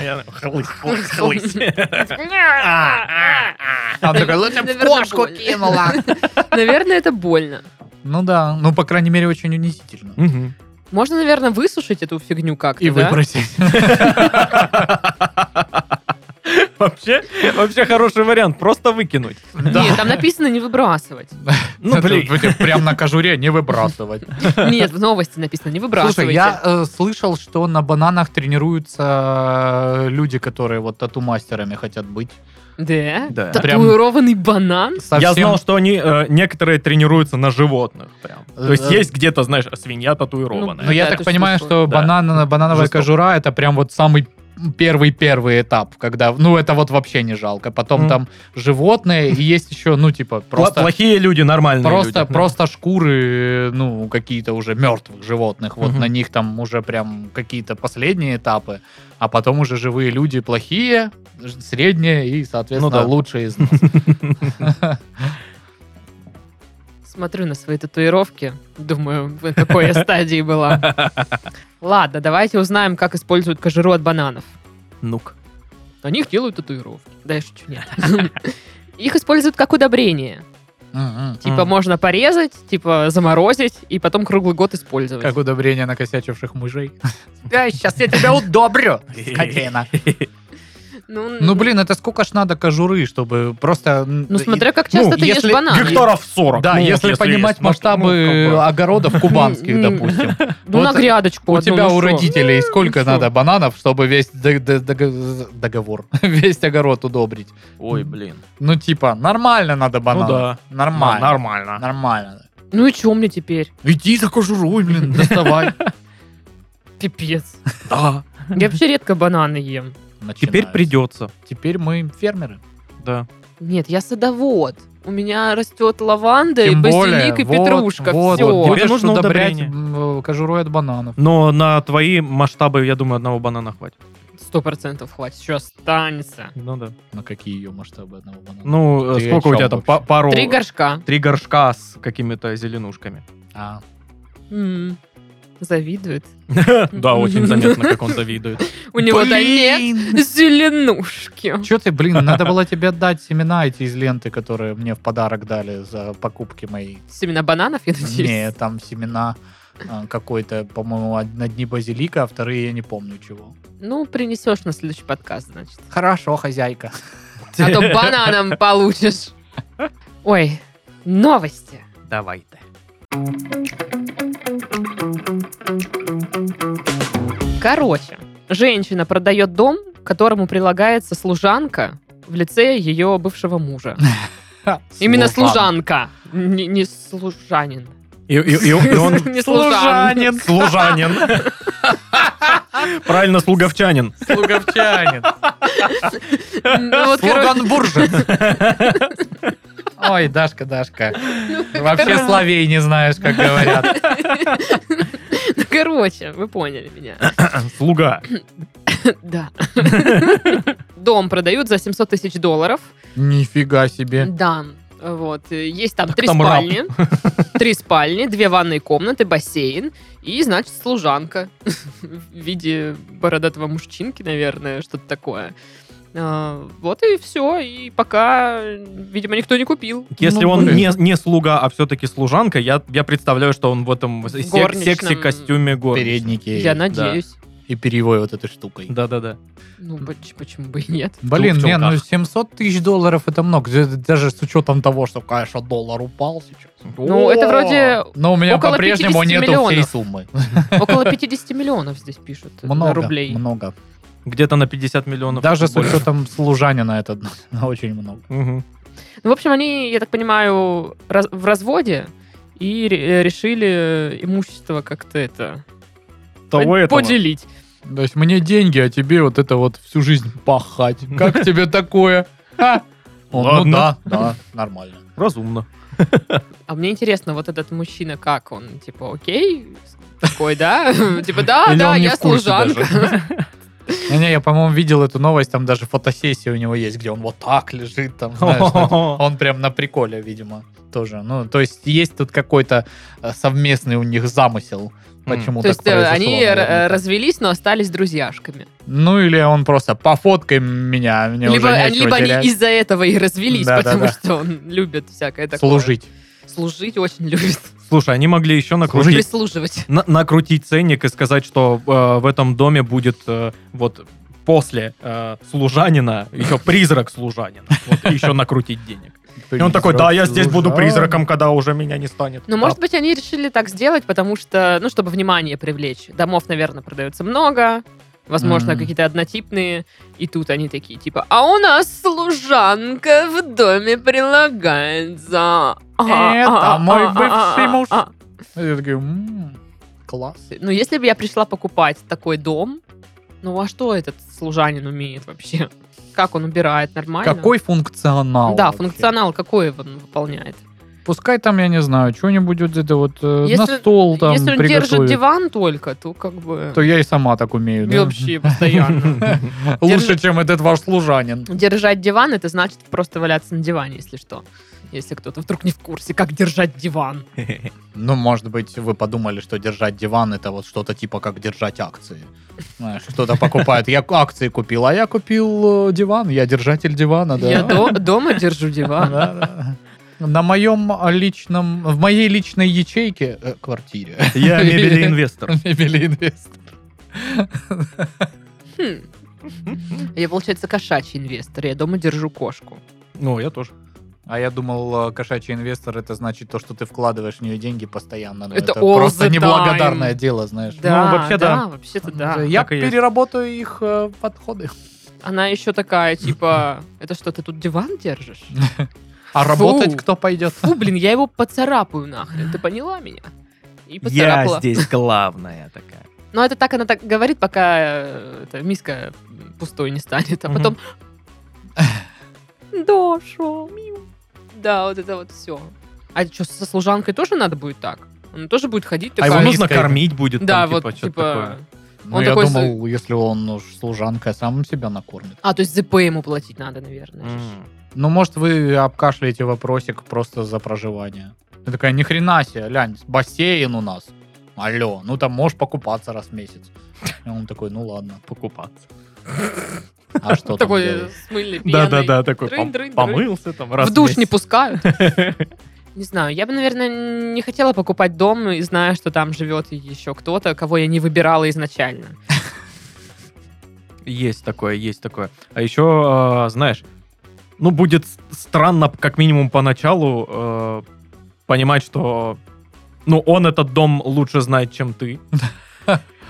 S2: я хлысь, хлысь, хлысь.
S3: А он такой, лучше б в
S1: Наверное,
S3: кошку
S1: больно.
S3: кинула.
S1: Наверное, это больно.
S3: Ну да, ну по крайней мере очень унизительно.
S2: Мгм.
S1: Можно, наверное, высушить эту фигню как-то,
S3: И
S1: да?
S3: выбросить.
S2: Вообще, вообще хороший вариант, просто выкинуть.
S1: Нет, там написано не выбрасывать.
S2: Ну,
S3: Это
S2: блин.
S3: вот Прям на кожуре не выбрасывать.
S1: Нет, в новости написано не выбрасывайте.
S3: Слушай, я э, слышал, что на бананах тренируются э, люди, которые вот тату-мастерами хотят быть.
S1: Да?
S2: Да.
S1: Татуированный банан?
S2: Я
S3: Совсем-
S2: знал, что они э, некоторые тренируются на животных. Прям. То есть
S3: Э,
S2: есть где-то, знаешь, свинья татуированная.
S3: Но я
S1: Да,
S3: так
S1: это
S3: понимаю,
S1: жестоко.
S3: что
S2: Да.
S3: банан- банановая
S2: Жестоко.
S3: кожура это прям вот самый первый-первый этап, когда, ну, это вот вообще не жалко. Потом
S2: Мгм.
S3: там животные, и есть еще, ну, типа,
S2: Пла-
S3: просто...
S2: Плохие люди, нормальные
S3: Просто,
S2: люди. Ну,
S3: просто шкуры, э, ну, какие-то уже мертвых животных. Вот
S2: Мгм.
S3: на них там уже прям какие-то последние этапы. А потом уже живые люди плохие, ж- средние и, соответственно,
S2: Ну да.
S3: лучшие
S2: (laughs)
S3: из нас.
S1: Смотрю на свои татуировки, думаю, в какой я стадии была. Ладно, давайте узнаем, как используют кожуру от бананов.
S2: Ну-ка.
S1: На них делают татуировки. Да я шучу, нет. Их используют как удобрение.
S3: Мгм.
S1: Типа
S2: Мгм.
S1: можно порезать, типа заморозить и потом круглый год использовать.
S3: Как удобрение накосячивших мужей. Да, сейчас я
S1: (laughs)
S3: тебя удобрю, скотина. (laughs) Ну, блин, это сколько ж надо кожуры, чтобы просто...
S1: Ну, смотря как часто
S2: Ну,
S1: ты ешь
S3: если
S1: бананы.
S2: Гектаров 40.
S3: Да,
S2: ну,
S3: если понимать
S2: есть. Ну,
S3: масштабы
S2: ну, как бы.
S3: огородов кубанских,
S1: М, м.
S3: допустим.
S1: Ну,
S3: вот
S1: на грядочку.
S3: У
S1: одну,
S3: тебя
S1: ну
S3: у
S1: что?
S3: родителей сколько
S2: ну
S3: надо
S2: что?
S3: бананов, чтобы весь д- д- дог- договор, (laughs) весь огород удобрить?
S2: Ой, блин.
S3: Ну, типа, нормально надо бананов.
S2: Ну да.
S3: Нормально.
S2: Нормально.
S3: Нормально.
S1: Ну и что мне теперь?
S3: Иди за кожурой, блин,
S2: (laughs)
S3: доставай.
S1: Пипец.
S2: Да.
S1: Я вообще редко бананы ем.
S2: Теперь
S3: Начинается.
S2: придется.
S3: Теперь мы фермеры.
S2: Да.
S1: Нет, я садовод. У меня растет лаванда, и
S3: Тем более,
S1: базилик, и
S3: вот,
S1: петрушка.
S3: Вот,
S1: Все.
S3: вот,
S2: Теперь
S3: будешь
S2: нужно
S3: удобрять
S2: удобрение.
S3: м, кожурой от бананов.
S2: Но на твои масштабы, я думаю, одного банана хватит.
S1: Сто процентов хватит. Еще останется.
S2: Ну да.
S3: На какие ее масштабы одного банана?
S2: Ну, э,
S3: Ты о
S2: сколько у
S3: чем
S2: тебя там?
S3: вообще?
S2: Па- Пару...
S1: Три горшка.
S2: Три горшка с какими-то зеленушками.
S3: А,
S1: М. Завидует.
S2: (laughs) Да, очень заметно, как он завидует.
S1: У него-то нет зеленушки.
S3: Че ты, блин, надо было тебе отдать семена эти из ленты, которые мне в подарок дали за покупки мои.
S1: Семена бананов, я надеюсь.
S3: Не, там семена а, какой-то, по-моему, одни базилика, а вторые я не помню чего.
S1: Ну, принесешь на следующий подкаст,
S3: (laughs)
S1: значит.
S3: Хорошо, хозяйка.
S1: А то бананом получишь. Ой, новости.
S2: Давай ты.
S1: Короче, женщина продает дом, к которому прилагается служанка в лице ее бывшего мужа. Именно
S2: Ну,
S1: служанка, не, не служанин.
S2: И, и- и он- и он
S1: (laughs) Не служан.
S2: Служанин. Правильно, слуговчанин. (clears throat)
S3: Слуговчанин.
S1: Ну, вот, (laughs) короче,
S3: (laughs) Слуганбуржец. Ой, Дашка, Дашка. Вообще словей не знаешь, как говорят.
S1: ну, (laughs) короче, вы поняли меня.
S2: Слуга.
S1: Да. дом продают за 700 тысяч долларов.
S3: Нифига себе.
S1: Да, вот. э, Есть там
S2: Так
S1: три
S2: там раб.
S1: спальни, три спальни, две ванные комнаты, бассейн и, значит, служанка (laughs) в виде бородатого мужчинки, наверное, что-то такое. А, Вот и все. И пока, э, видимо, никто не купил.
S2: Если
S3: Ну,
S2: он
S3: блин.
S2: не, не слуга, а все-таки служанка, я, я представляю, что он в этом се-
S1: горничном.
S2: секси-костюме горничной.
S3: Передники
S1: Я надеюсь.
S3: и перевой вот этой штукой.
S2: Да-да-да.
S1: Ну, поч- почему бы и
S2: (laughs)
S1: нет?
S3: Блин,
S2: в
S3: не, ну
S2: чулках.
S3: 700 тысяч долларов это много. Д- Даже с учетом того, что, конечно, доллар упал сейчас.
S1: Ну, это вроде
S3: Но у меня
S1: около
S3: по-прежнему
S1: 50
S3: нету всей
S1: миллионов.
S3: суммы.
S1: (laughs) около 50 миллионов здесь пишут э,
S3: Много,
S1: рублей.
S3: много.
S2: Где-то на 50 миллионов.
S3: Даже с
S2: больше.
S3: учетом служанина это (laughs) очень много.
S2: Мгм.
S1: Ну, в общем, они, я так понимаю, раз- в разводе и ре- э, решили имущество как-то это
S2: Того
S1: под-
S2: этого.
S1: поделить.
S3: То есть мне деньги, а тебе вот это вот всю жизнь пахать. (laughs) Как тебе такое? А? Он, Ну
S2: Ладно.
S3: да, да, нормально.
S2: Разумно.
S1: А мне интересно, вот этот мужчина, как он? Типа, окей, такой, да? (laughs) Типа, да,
S2: Или
S1: да,
S2: он не
S1: я
S2: в курсе
S1: служанка.
S3: Не-не, я, по-моему, видел эту новость, там даже фотосессия у него есть, где он вот так лежит, там, знаешь,
S2: (laughs)
S3: на
S2: Он
S3: Он прям на приколе, видимо, тоже. Ну, то есть есть тут какой-то э, совместный у них замысел, почему
S1: То есть
S3: так
S1: э,
S3: произошло.
S1: они
S3: наверное,
S1: р-
S3: так.
S1: развелись, но остались друзьяшками.
S3: Ну, или он просто пофоткай меня, мне
S1: Либо
S3: уже
S1: они
S3: нечего
S1: либо
S3: терять.
S1: они из-за этого и развелись,
S3: Да, да,
S1: потому
S3: да.
S1: что он любит всякое такое.
S3: служить.
S1: Служить очень любит.
S2: Слушай, они могли еще накрутить,
S1: Прислуживать.
S2: на- накрутить ценник и сказать, что э, в этом доме будет э, вот после э, служанина еще призрак служанина. Вот, и еще накрутить денег. (laughs) И он такой, да, я здесь буду призраком, когда уже меня не станет.
S1: Ну,
S3: А.
S1: может быть, они решили так сделать, потому что, ну, чтобы внимание привлечь. Домов, наверное, продается много, возможно,
S3: Мгм.
S1: какие-то однотипные. И тут они такие, типа, а у нас служанка в доме прилагается. А,
S3: Это мой
S1: А-а-а-а-а-а.
S3: бывший муж. Я такой, «М, класс.
S1: Ну, если бы я пришла покупать такой дом, ну, а что этот служанин умеет вообще? Как он убирает нормально?
S3: Какой функционал?
S1: Да,
S3: вообще?
S1: функционал какой он выполняет?
S3: Пускай там, я не знаю, что-нибудь вот это вот э, на
S1: Если-
S3: стол там
S1: Если он держит
S3: приготовит,
S1: диван только, то как бы...
S3: то я и сама так умею. да.
S1: Вообще
S2: А, (laughs)
S1: постоянно.
S3: Лучше,
S1: держит-
S3: чем этот ваш служанин.
S1: Держать диван это значит просто валяться на диване, если что. Если кто-то вдруг не в курсе, как держать диван.
S3: Ну, может быть, вы подумали, что держать диван это вот что-то типа как держать акции. Знаешь, кто-то покупает, я акции купил, а я купил э, диван, я держатель дивана, А, да.
S1: Я до- дома держу диван.
S3: Да, да. На моем личном, в моей личной ячейке э, квартире. (laughs)
S2: Я мебелеинвестор.
S3: Мебелеинвестор.
S1: Хм. Я, получается, кошачий инвестор. Я дома держу кошку.
S2: Ну, я тоже.
S3: А я думал, э, кошачий инвестор это значит то, что ты вкладываешь в нее деньги постоянно. но
S1: Это
S3: Это,
S1: all the
S3: просто
S1: time.
S3: неблагодарное дело, знаешь.
S1: Да,
S2: вообще
S1: да,
S2: да.
S1: вообще-то да. А
S3: Я
S2: так и есть.
S3: переработаю их э, подходы.
S1: Она еще такая, типа, это что, ты тут диван держишь?
S3: А
S1: Фу.
S3: работать кто пойдет?
S1: Фу, блин, я его поцарапаю нахрен, ты поняла меня? И
S2: Я
S1: поцарапала.
S2: здесь главная такая.
S1: Но это так она так говорит, пока э, эта миска пустой не станет, а
S2: Мгм. (laughs)
S1: потом... Доша, миу. Да, вот это вот все. А что, со служанкой тоже надо будет так? Она тоже будет ходить
S2: А
S1: такая...
S2: его нужно
S3: Миска.
S2: кормить будет.
S1: Типа, Да,
S2: там,
S1: вот
S2: типа,
S1: типа...
S2: что-то такое.
S3: Ну,
S1: Он
S3: я
S1: такой с-
S3: думал, если он уж служанка, сам себя накормит.
S1: А, то есть ЗП ему платить надо, наверное.
S2: М.
S3: Ну, может, вы обкашляете вопросик просто за проживание. Ты такая, ни хрена себе, лянь, бассейн у нас. Алло, ну там можешь покупаться раз в месяц. И он такой, ну ладно.
S2: покупаться.
S3: А что там
S1: Такой
S3: делаешь?
S1: с мыльной пеной.
S2: Да-да-да, такой
S1: Дрынь,
S2: пом-
S1: дрынь, дрынь.
S2: помылся там раз
S1: В душ не
S2: месяц. (laughs)
S1: пускают. Не знаю, я бы, наверное, не хотела покупать дом, и зная, что там живет еще кто-то, кого я не выбирала изначально.
S2: Есть такое, есть такое. А еще, э, знаешь, ну, будет с- странно, как минимум, поначалу э, понимать, что, ну, он этот дом лучше знает, чем
S1: (laughs)
S2: ты.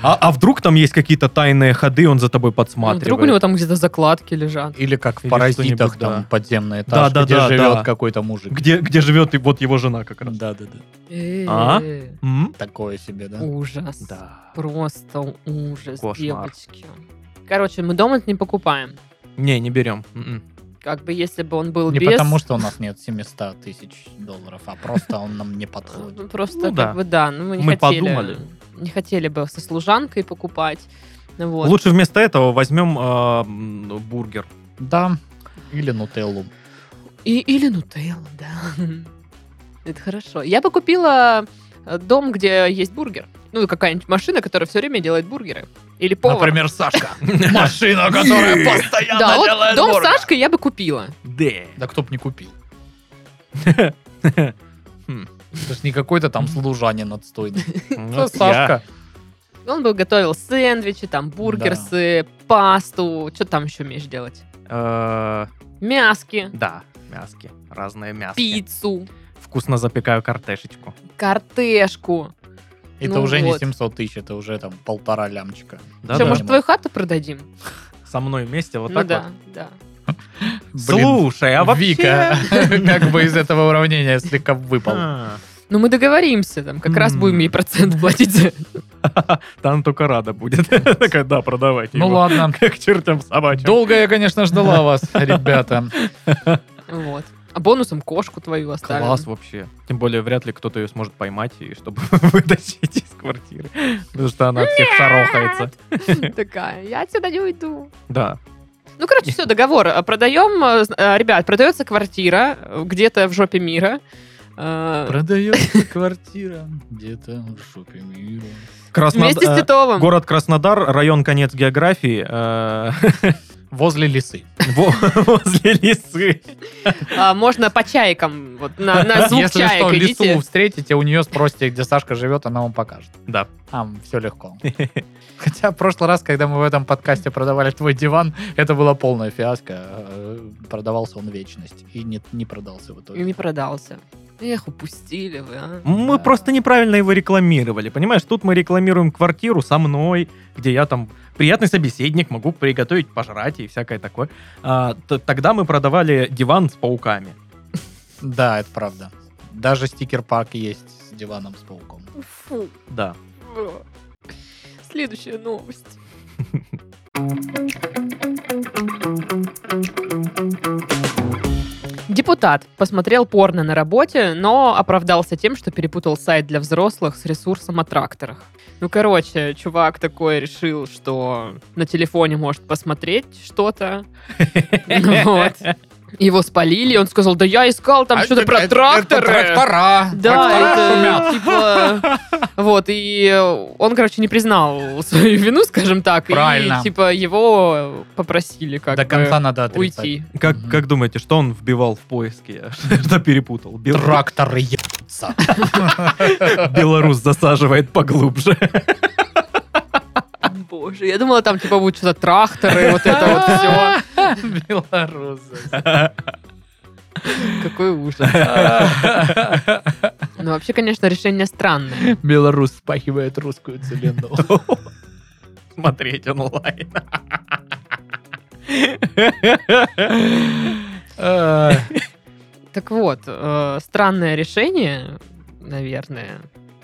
S2: А, а вдруг там есть какие-то тайные ходы, он за тобой подсматривает.
S1: Ну, Вдруг у него там где-то закладки лежат.
S3: Или как в
S2: Или
S3: паразитах
S2: что-нибудь,
S3: там
S2: да.
S3: подземный этаж,
S2: Да-да-да,
S3: где
S2: да.
S3: живет какой-то мужик.
S2: Где, где живет и вот его жена как раз.
S3: Да-да-да.
S2: А?
S1: Э,
S2: М?
S3: Такое себе, да?
S1: Ужас.
S2: Да.
S1: Просто ужас,
S2: Кошмар.
S1: девочки. Короче, мы дом это не покупаем.
S2: Не, не берем. М-м.
S1: Как бы если бы он был
S3: Не
S1: без...
S3: потому, что у нас нет 700 тысяч долларов, а просто он нам не подходит.
S1: Ну, Просто
S2: Ну
S1: как
S2: да.
S1: бы да, ну, мы не
S2: Мы
S1: хотели.
S2: подумали.
S1: Не хотели бы со служанкой покупать. Ну Вот.
S2: Лучше вместо этого возьмем э, а, м, бургер.
S3: Да. Или нутеллу.
S1: И, или нутелла, да. (laughs) Это хорошо. Я бы купила э, дом, где есть бургер. Ну, какая-нибудь машина, которая все время делает бургеры. Или повар.
S2: (laughs)
S3: Например, Сашка. Машина, которая постоянно
S1: да, вот
S3: делает
S1: дом
S3: бургер.
S1: Сашка я бы купила.
S2: Да.
S3: Да кто б
S2: (laughs)
S3: не купил.
S2: Хм.
S3: Это ж не какой-то там служанин отстойный.
S2: Ну,
S3: Это Сашка.
S1: Он бы готовил сэндвичи, там, бургерсы, пасту. Что там еще умеешь делать?
S2: я, э,
S1: Мяски,
S2: Да, мяски. Разные мяски.
S1: пиццу,
S2: Вкусно запекаю картешечку.
S1: картешку.
S3: Это
S1: Ну
S3: уже не
S1: вот.
S3: 700 тысяч, это уже там полтора лямчика.
S1: Что,
S2: Да-да.
S1: может, твою хату продадим?
S2: Со мной вместе вот
S1: ну
S2: так
S1: да,
S2: вот.
S1: да.
S3: Блин,
S2: Слушай, а вообще...
S3: Вика, (laughs) как бы из этого уравнения слегка выпал.
S2: А,
S1: Ну, мы договоримся, там, как раз
S2: М.
S1: будем ей
S2: (laughs)
S1: процент платить. за-
S2: Там только рада будет. Такая, да, продавайте
S3: Ну
S2: его.
S3: ладно.
S2: (laughs) Как чертям собачьим.
S3: Долго я, конечно, ждала вас, ребята.
S1: Вот. А бонусом кошку твою оставим. (laughs)
S2: Класс вообще. Тем более, вряд ли кто-то ее сможет поймать, и чтобы (laughs) вытащить из квартиры. Потому что она от всех шарохается.
S1: Такая, я отсюда не уйду. А.
S2: Да.
S1: Ну, короче, все, договор. А, Продаем, э, з- э, ребят, продается квартира э, где-то в жопе мира. Э,
S3: Продается
S2: (laughs)
S3: квартира где-то в шопе мира.
S1: Вместе с
S2: Краснодар...
S1: Титовым.
S2: э, Город Краснодар, район конец географии, э, (laughs)
S3: Возле лисы.
S2: во- (laughs) возле лисы.
S1: А, Можно по чайкам, вот на,
S2: (laughs)
S1: на А звук
S3: Если
S1: чаек
S3: что, лису
S1: идите.
S3: встретите, у нее спросите, где Сашка живет, она вам покажет.
S2: Да.
S3: Там все (laughs) легко. Хотя в прошлый раз, когда мы в этом подкасте продавали твой диван, это была полная фиаско. Э, Продавался он вечность. И не, не продался в
S1: И
S3: итоге.
S1: не продался. Эх, упустили вы, а.
S2: Мы
S3: Да.
S2: просто неправильно его рекламировали, понимаешь? Тут мы рекламируем квартиру со мной, где я там приятный собеседник, могу приготовить, пожрать и всякое такое. А, т- тогда мы продавали диван с пауками.
S3: Да, это правда. Даже стикер-парк есть с диваном с пауком.
S1: Фу.
S2: Да.
S1: Б. Следующая новость. Депутат посмотрел порно на работе, но оправдался тем, что перепутал сайт для взрослых с ресурсом о тракторах. Ну, короче, чувак такой решил, что на телефоне может посмотреть
S3: (laughs)
S1: что-то. Вот. Его спалили, он сказал, да я искал там
S3: А
S1: что-то
S3: это-
S1: про
S3: это-
S1: тракторы.
S3: это Трактора. Трактора шумят.
S1: Да, это типа... Вот, и э, он, короче, не признал свою вину, скажем так.
S3: Правильно.
S1: И, типа, его попросили как
S3: До
S1: бы
S3: конца надо отрицать.
S1: уйти.
S2: Как,
S3: Мгм.
S2: как думаете, что он вбивал в поиске? (laughs) Что перепутал? Бел-
S3: Тракторы (laughs) ебутся.
S2: Белорус засаживает поглубже. (laughs)
S1: Боже, я думала, там, типа, будут что-то тракторы, вот это вот все.
S3: (laughs) Белорусы.
S1: Какой ужас. Ну, вообще, конечно, решение странное.
S3: Белорус спахивает русскую целину.
S2: Смотреть онлайн.
S3: Э,
S1: Так вот, э, странное решение, наверное.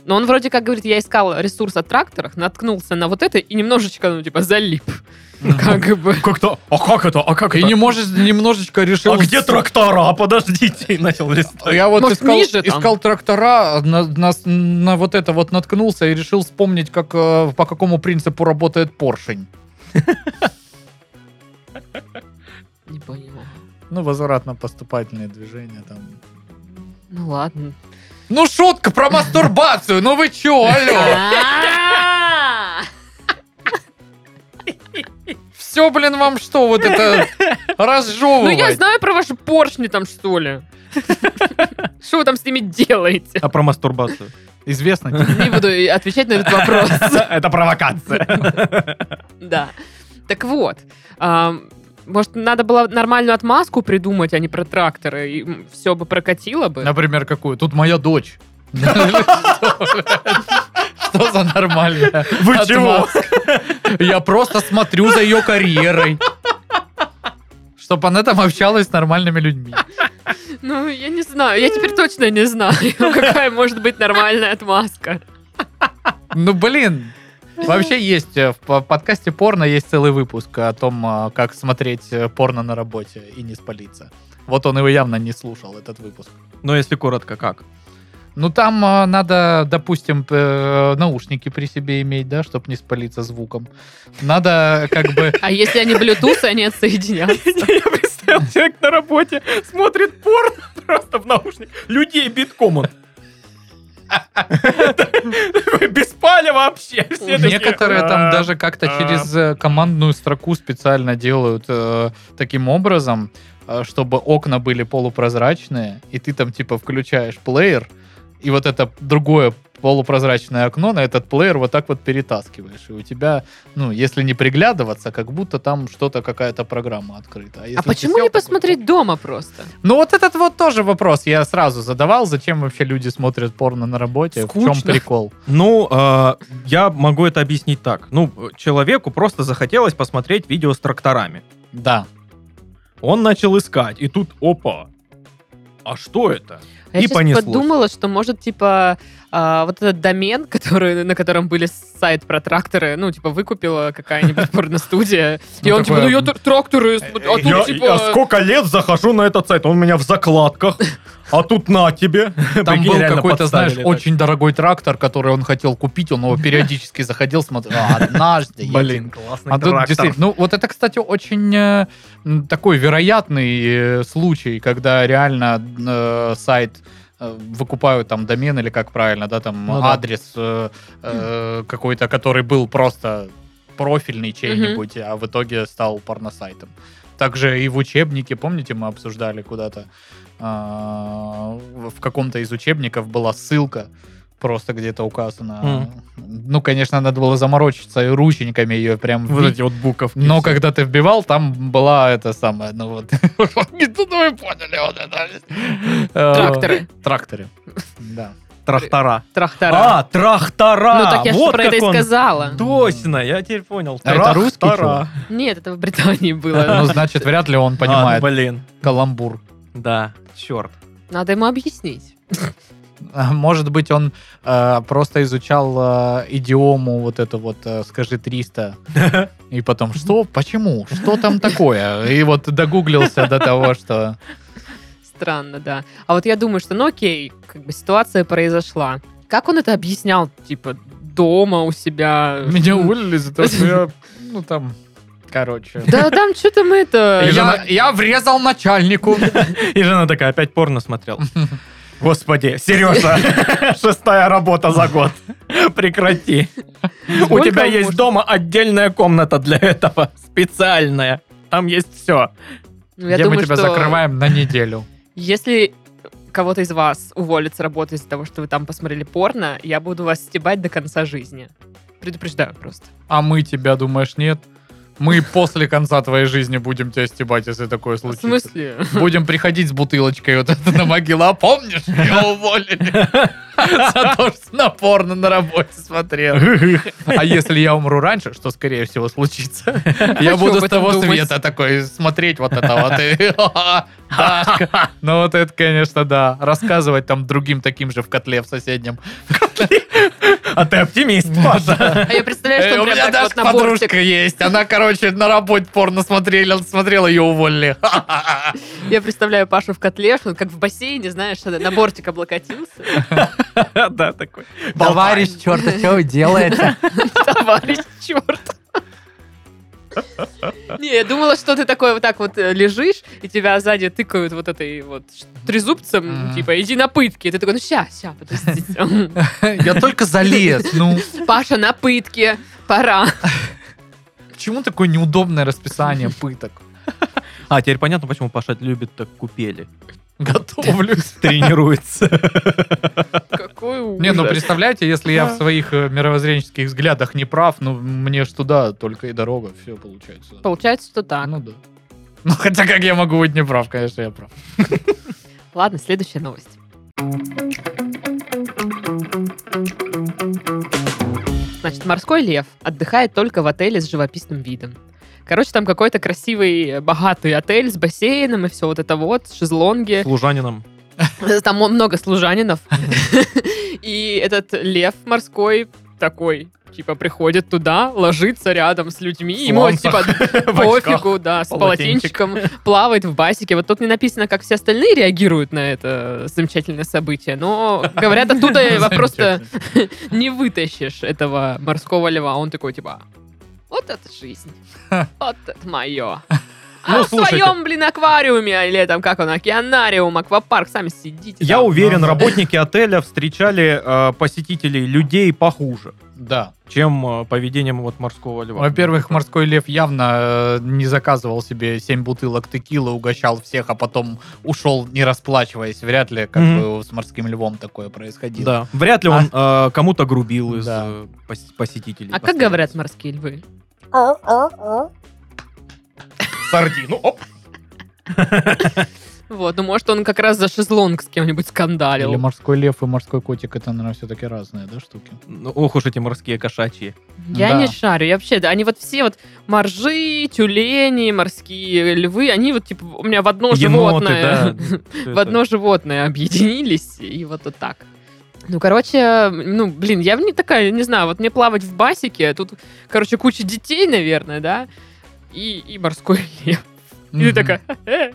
S1: Но он вроде как говорит, я искал ресурс о тракторах, наткнулся на вот это и немножечко, ну, типа, залип. Как бы.
S2: Как-то, а как это, а как
S3: И не можешь немножечко решил...
S2: А где трактора? Подождите. И начал листать.
S3: Я вот
S1: Может,
S3: искал,
S1: ниже там?
S3: искал трактора, на, на- на вот это вот наткнулся и решил вспомнить, как, э, по какому принципу работает поршень.
S1: Не понимаю.
S3: Ну, возвратно-поступательные движения там.
S1: Ну, ладно.
S3: Ну, шутка про мастурбацию, ну вы чё, алло?
S1: А-а-а!
S3: Все, блин, вам что, вот это
S1: Ну я
S3: разжевывать?
S1: знаю про ваши поршни там, что ли. Что вы там с ними делаете?
S2: А про мастурбацию?
S3: Известно типа, (laughs) тебе.
S1: Не буду и отвечать на этот вопрос.
S2: Это провокация.
S1: (laughs) Да. Так вот, а, может, надо было нормальную отмазку придумать, а не про тракторы, и все бы прокатило бы.
S3: Например, какую? Тут моя дочь. (laughs) Что за нормальная?
S2: Вы чего?
S3: отмазка? Я просто смотрю за ее карьерой. Чтобы она там общалась с нормальными людьми.
S1: Ну, я не знаю, я теперь точно не знаю, (laughs) какая может быть нормальная отмазка.
S3: Ну, блин. Вообще есть, э, в по- подкасте порно есть целый выпуск о том, э, как смотреть э, порно на работе и не спалиться. Вот он его явно не слушал, этот выпуск.
S2: Но если коротко, как?
S3: Ну, там а, надо, допустим, э, наушники при себе иметь, да, чтобы не спалиться звуком. Надо как бы...
S1: А если они Bluetooth, они отсоединятся.
S2: (laughs) Я представил, человек на работе смотрит порно (laughs) просто в наушник. Людей битком он. (laughs) Такой, Без паля вообще. Все такие,
S3: Некоторые там
S2: «А,
S3: даже как-то
S2: а».
S3: через э, командную строку специально делают э, таким образом, э, чтобы окна были полупрозрачные, и ты там типа включаешь плеер, и вот это другое полупрозрачное окно на этот плеер вот так вот перетаскиваешь. И у тебя, ну, если не приглядываться, как будто там что-то, какая-то программа открыта. если
S1: А
S3: ты
S1: почему
S3: сел
S1: не
S3: такой,
S1: посмотреть дома просто?
S3: Ну, вот этот вот тоже вопрос я сразу задавал. Зачем вообще люди смотрят порно на работе? В чем
S2: Скучно.
S3: прикол?
S2: Ну, э, я могу это объяснить так. Ну, человеку просто захотелось посмотреть видео с тракторами.
S3: Да.
S2: Он начал искать, и тут, опа, а что это?
S1: Я
S2: И
S1: сейчас
S2: понеслось.
S1: подумала, что может, типа, а, вот этот домен, (laughs) который, на котором были сайт про тракторы, ну, типа, выкупила какая-нибудь (laughs) порностудия. И
S3: Ну,
S1: он типа,
S3: такое,
S1: ну, я тр- тракторы, смотрю, а
S2: я,
S1: тут,
S2: я
S1: типа...
S2: сколько лет захожу на этот сайт, он у меня в закладках, а тут на тебе.
S3: Там
S2: Прикинь,
S3: был
S2: реально
S3: какой-то,
S2: подставили
S3: знаешь,
S2: так.
S3: очень дорогой трактор, который он хотел купить, он его периодически заходил, смотрел. «А, Однажды. я
S2: Блин,
S3: тебе-
S2: классный
S3: А тут
S2: трактор.
S3: действительно, ну вот это, кстати, очень э, м, такой вероятный э, случай, когда реально э, сайт э, выкупают там домен или как правильно, да, там
S2: Ну да.
S3: адрес э, э, какой-то, который был просто профильный чей-нибудь, а в итоге стал порносайтом. Также и в учебнике, помните, мы обсуждали куда-то, а, в каком-то из учебников была ссылка, просто где-то указана. Ну, конечно, надо было заморочиться и рученьками ее прям
S2: Вот
S3: вбить.
S2: эти вот буковки.
S3: Но
S2: все.
S3: когда ты вбивал, там была это самое, ну вот. (laughs) Не туда вы поняли вот это. Э,
S1: Тракторы.
S2: (laughs)
S3: Тракторы. Да.
S2: Трактора.
S1: Трактора.
S2: А, трактора!
S1: Ну, так я
S2: вот
S1: же про это
S2: как
S1: и
S2: он.
S1: сказала.
S2: Точно, я теперь понял.
S3: А это русский
S2: Трактора.
S1: Нет, это в Британии
S3: Ну,
S1: было.
S3: значит, вряд ли он
S2: А,
S3: понимает
S2: блин.
S3: каламбур.
S2: Да, черт.
S1: Надо ему объяснить.
S3: А, Может быть, он э, просто изучал э, идиому вот это вот э,
S2: (laughs)
S3: «скажи 300». И потом, что? Почему? Что там такое? И вот догуглился до того, что...
S1: Странно, да. А вот я думаю, что, ну окей, как бы ситуация произошла. Как он это объяснял, типа, дома у себя?
S3: Меня уволили за то, что я... Ну, там... Короче.
S1: Да там что-то мы это...
S2: Или-
S3: Я, я врезал начальнику.
S2: (laughs) И жена такая, опять порно
S1: (laughs)
S2: смотрел. Господи, Сережа, (laughs) шестая работа за год. (laughs) Прекрати. У
S1: Сколько
S2: тебя есть
S1: можно?
S2: дома отдельная комната для этого, (laughs) специальная. Там есть все.
S1: Ну, я
S3: Где мы
S1: думаю,
S3: тебя
S1: что
S3: закрываем на неделю.
S1: Если кого-то из вас уволят с работы из-за того, что вы там посмотрели порно, я буду вас стебать до конца жизни. Предупреждаю просто.
S3: А мы тебя, думаешь, нет? Мы после конца твоей жизни будем тебя стебать, если такое
S1: В
S3: случится.
S1: смысле?
S3: Будем приходить с бутылочкой вот это на могилу. А помнишь, меня уволили за то, что на порно на работе смотрел. А если я умру раньше, что, скорее всего, случится, я
S1: Хочу
S3: буду
S1: об
S3: с
S1: этом
S3: того
S1: думать.
S3: света такой смотреть вот это вот. и, (laughs) «Ха-ха, Дашка». Ну вот это, конечно, да. Рассказывать там другим таким же в котле в соседнем.
S2: А ты оптимист, Паша.
S1: А я представляю,
S3: Э,
S1: что
S3: У
S1: он
S3: меня
S1: прям так
S3: даже
S1: вот на бортик.
S3: подружка есть. Она, короче, на работе порно смотрела, смотрела, ее уволили. (laughs) Ха-ха-ха.
S1: Я представляю Пашу в котле, что он как в бассейне, знаешь, на бортик облокотился.
S2: (laughs) Да, такой.
S3: Товарищ, черт, что вы делаете?
S1: Товарищ, черт. Не, я думала, что ты такой вот так вот э, лежишь, и тебя сзади тыкают вот этой вот ш- трезубцем,
S3: Мгм.
S1: типа, иди на пытки. И ты такой, ну ща, ща, подождите.
S3: (laughs)
S1: (laughs)
S3: Я только залез, (laughs) ну.
S1: Паша на пытке, пора.
S3: Почему такое неудобное расписание пыток?
S2: А, теперь понятно, почему Паша любит так
S1: (laughs)
S2: купели.
S3: Готовлюсь.
S2: Тренируется.
S1: Какой ужас.
S3: Не, ну представляете, если я в своих э, мировоззренческих взглядах не прав, ну мне ж туда только и дорога, все получается.
S1: Получается, что так.
S3: Ну да. Ну хотя как я могу быть не прав, конечно, я прав.
S1: Ладно, следующая новость. Значит, морской лев отдыхает только в отеле с живописным видом. Короче, там какой-то красивый, э, богатый отель с бассейном и все вот это вот, шезлонги.
S2: Служанином.
S1: (laughs) Там
S2: (laughs)
S1: много служанинов. И этот лев морской такой типа приходит туда, ложится рядом с людьми,
S2: В
S1: ему типа
S2: сланцах, (laughs) в очках.
S1: пофигу, да, с
S2: полотенчик.
S1: полотенчиком плавает в басике. Вот тут не написано, как все остальные реагируют на это замечательное событие, но говорят,
S2: (laughs)
S1: оттуда
S3: Э,
S1: его
S3: (laughs)
S1: просто не вытащишь этого морского льва. Он такой типа, вот это жизнь, вот это мое.
S2: (laughs) Ну,
S1: А в
S2: слушай,
S1: своем, блин, аквариуме или там как он, океанариум, аквапарк, сами сидите.
S2: Я
S1: там.
S2: уверен, работники отеля встречали э, посетителей людей похуже,
S3: Да.
S2: чем э, поведением вот морского льва.
S3: Во-первых, морской лев явно э, не заказывал себе 7 бутылок текила, угощал всех, а потом ушел, не расплачиваясь. Вряд ли как
S2: Мгм.
S3: бы с морским львом такое происходило.
S2: Да. Вряд ли он э, кому-то грубил из
S3: А Да.
S2: э, пос- посетителей.
S1: А как говорят морские львы?
S2: Сардину. Оп.
S1: Вот, ну может он как раз за шезлонг с кем-нибудь скандалил.
S3: Или морской лев и морской котик, это, наверное, все-таки разные, да, штуки?
S2: Ну, ох уж эти морские кошачьи.
S1: Я
S3: Да.
S1: не шарю, я вообще, да, они вот все вот моржи, тюлени, морские львы, они вот типа у меня в одно
S2: Еноты, да.
S1: (laughs) животное, в одно животное объединились, и вот вот так. Ну, короче, ну, блин, я не такая, не знаю, вот мне плавать в басике, тут, короче, куча детей, наверное, да, и, и морской (laughs) лев. И ты
S3: Мгм.
S1: такая, «Э,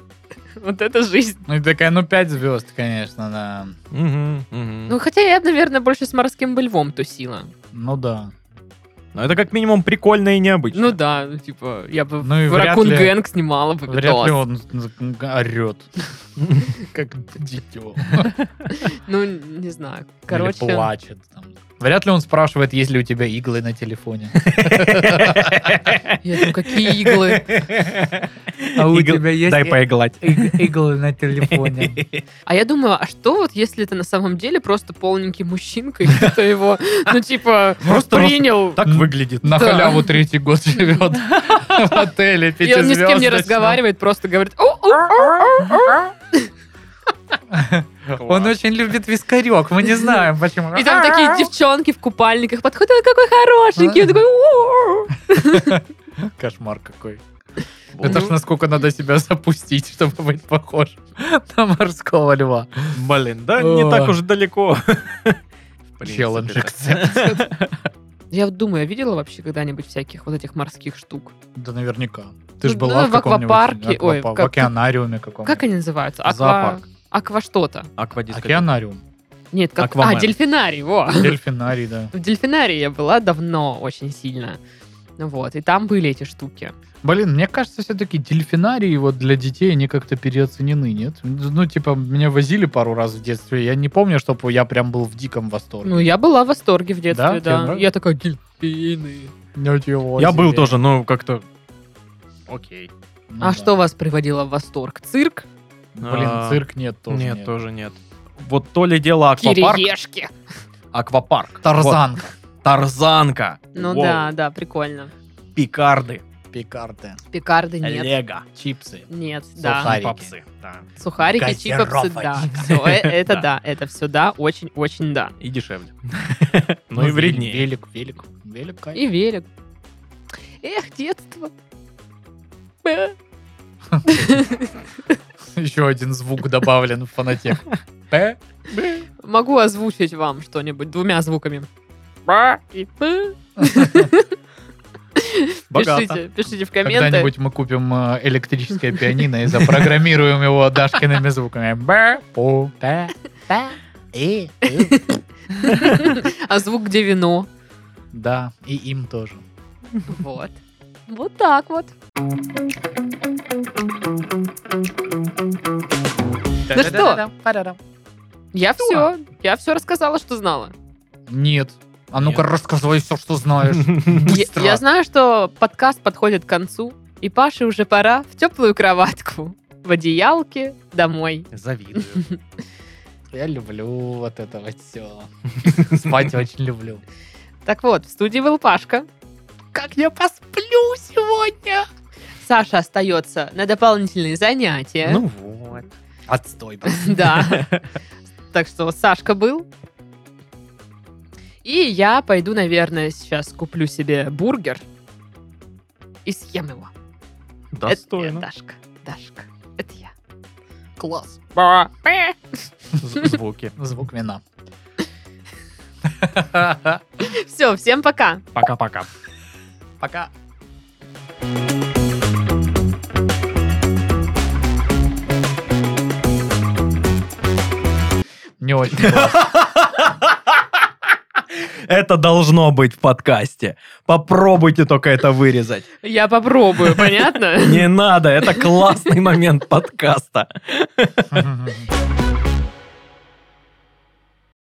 S1: вот это жизнь.
S3: Ну, и такая, ну, 5 звезд, конечно, да.
S2: Мгм,
S1: Ну,
S2: мгм.
S1: хотя я, наверное, больше с морским бы львом тусила.
S3: Ну, да.
S2: Ну, это как минимум прикольно и необычно.
S1: Ну да, ну, типа, я бы
S3: Ну и
S1: в
S3: вряд
S1: Ракун
S3: ли-
S1: Гэнг снимала бы
S3: Вряд
S1: видос.
S3: ли он орет. Как дитё.
S1: Ну, не знаю.
S3: Короче.
S1: Короче,
S3: плачет. там. Вряд ли он спрашивает, есть ли у тебя иглы на телефоне.
S1: я думаю, какие иглы.
S3: А у
S2: Игл-
S3: тебя есть
S2: Дай
S3: и-
S2: поиглать.
S3: иг- иглы на телефоне? (laughs)
S1: А я думаю, а что вот, если это на самом деле просто полненький мужчинка, и кто-то его, ну, типа,
S2: Просто
S1: принял,
S2: Так
S3: М.
S2: выглядит.
S3: На
S1: Да.
S3: халяву третий
S1: (laughs)
S3: год живет в отеле
S1: и он ни с кем не
S3: пятизвездочном.
S1: разговаривает, просто говорит «О, о, о, о».
S3: Он очень любит вискарек, мы не знаем почему. А!
S1: И там такие девчонки в купальниках подходят, «Ой, какой хорошенький, он такой «О, о, о».
S3: Кошмар какой.
S2: Вот.
S3: Это ж
S1: Ну.
S3: насколько надо себя запустить, (laughs) чтобы быть похожим (laughs) на морского льва.
S2: Блин, да не
S3: О.
S2: так уж
S3: (laughs)
S2: далеко. В принципе,
S3: Челлендж
S2: да.
S3: accepted.
S1: Я вот думаю, я видела вообще когда-нибудь всяких вот этих морских штук?
S3: Да наверняка. Ты же
S1: Ну,
S3: была
S1: да,
S3: в
S1: в
S3: каком-нибудь
S1: аквапарке, ой,
S3: аквапа- в
S1: как-
S3: океанариуме каком-нибудь.
S1: Как они называются? Аква...
S2: Зоопарк.
S1: Аква что-то.
S2: Аквадискотека.
S3: Океанариум.
S1: Нет, как...
S2: Аквамен.
S1: А, дельфинарий, во.
S3: Дельфинарий, да.
S1: В дельфинарии я была давно очень сильно. Ну Вот, и там были эти штуки.
S3: Блин, мне кажется, все-таки дельфинарии вот для детей они как-то переоценены, нет? Ну, типа, меня возили пару раз в детстве, я не помню, чтобы я прям был в диком восторге.
S1: Ну, я была в восторге в детстве,
S3: Да? Тебе
S1: да.
S3: нравится?
S1: Я такая, дельфины.
S3: Ничего
S2: Ну, Я
S3: себе.
S2: был тоже, но как-то... Окей.
S3: Ну
S1: а
S3: да.
S1: что вас приводило в восторг? Цирк?
S2: А,
S3: Блин, цирк нет тоже.
S2: Нет, тоже нет. Вот то ли дело аквапарк.
S1: Кириешки.
S2: Аквапарк.
S3: Тарзанка.
S2: Вот, Тарзанка.
S1: Ну
S2: Воу.
S1: да, да, прикольно.
S2: Пикарды.
S3: Пикарты.
S1: Пикарды нет.
S2: Лего.
S3: Чипсы.
S1: Нет, да.
S3: Сухарики.
S2: Попсы. да.
S1: Сухарики, чипсы, да.
S3: (laughs) Газировочка.
S1: Все, это
S2: Да.
S1: да, это все да, очень-очень да.
S2: И дешевле. (laughs) Ну и вреднее.
S3: Велик, велик. Велик, кайф.
S1: И велик. Эх, детство. Бэ.
S3: Еще один звук добавлен в
S1: (laughs)
S3: фонотех. П.
S1: Могу озвучить вам что-нибудь двумя звуками. Ба и бэ.
S2: Богато.
S1: Пишите, пишите в комменты.
S3: Когда-нибудь мы купим э, электрическое пианино и запрограммируем его Дашкиными звуками. Бэ, пу, пэ, пэ, и, и.
S1: А звук, где вино.
S3: Да, и им тоже.
S1: Вот. Вот так вот. Ну что? Я все. Я все рассказала, что знала.
S3: Нет. А ну-ка
S2: Нет.
S3: рассказывай все, что (laughs) знаешь.
S1: Я,
S3: Быстро.
S1: я знаю, что подкаст подходит к концу, и Паше уже пора в теплую кроватку, в одеялке, домой.
S2: Завидую.
S1: (laughs)
S3: Я люблю вот это вот все. (laughs) Спать очень люблю.
S1: Так вот, в студии был Пашка.
S3: Как я посплю сегодня?
S1: Саша остается на дополнительные занятия.
S2: Ну вот.
S3: Отстой, блин.
S1: (laughs) Да. Так что Сашка был. И я пойду, наверное, сейчас куплю себе бургер и съем его. Это
S2: (laughs) Достойно.
S1: я, Дашка. Дашка. Это я.
S3: Класс.
S2: (laughs) З- Звуки.
S3: Звук вина.
S1: Все, всем пока.
S2: Пока-пока.
S3: Пока. Не очень. классно.
S2: Это должно быть в подкасте. Попробуйте только это вырезать.
S1: Я (laughs) попробую, понятно?
S2: Не надо, это классный момент подкаста.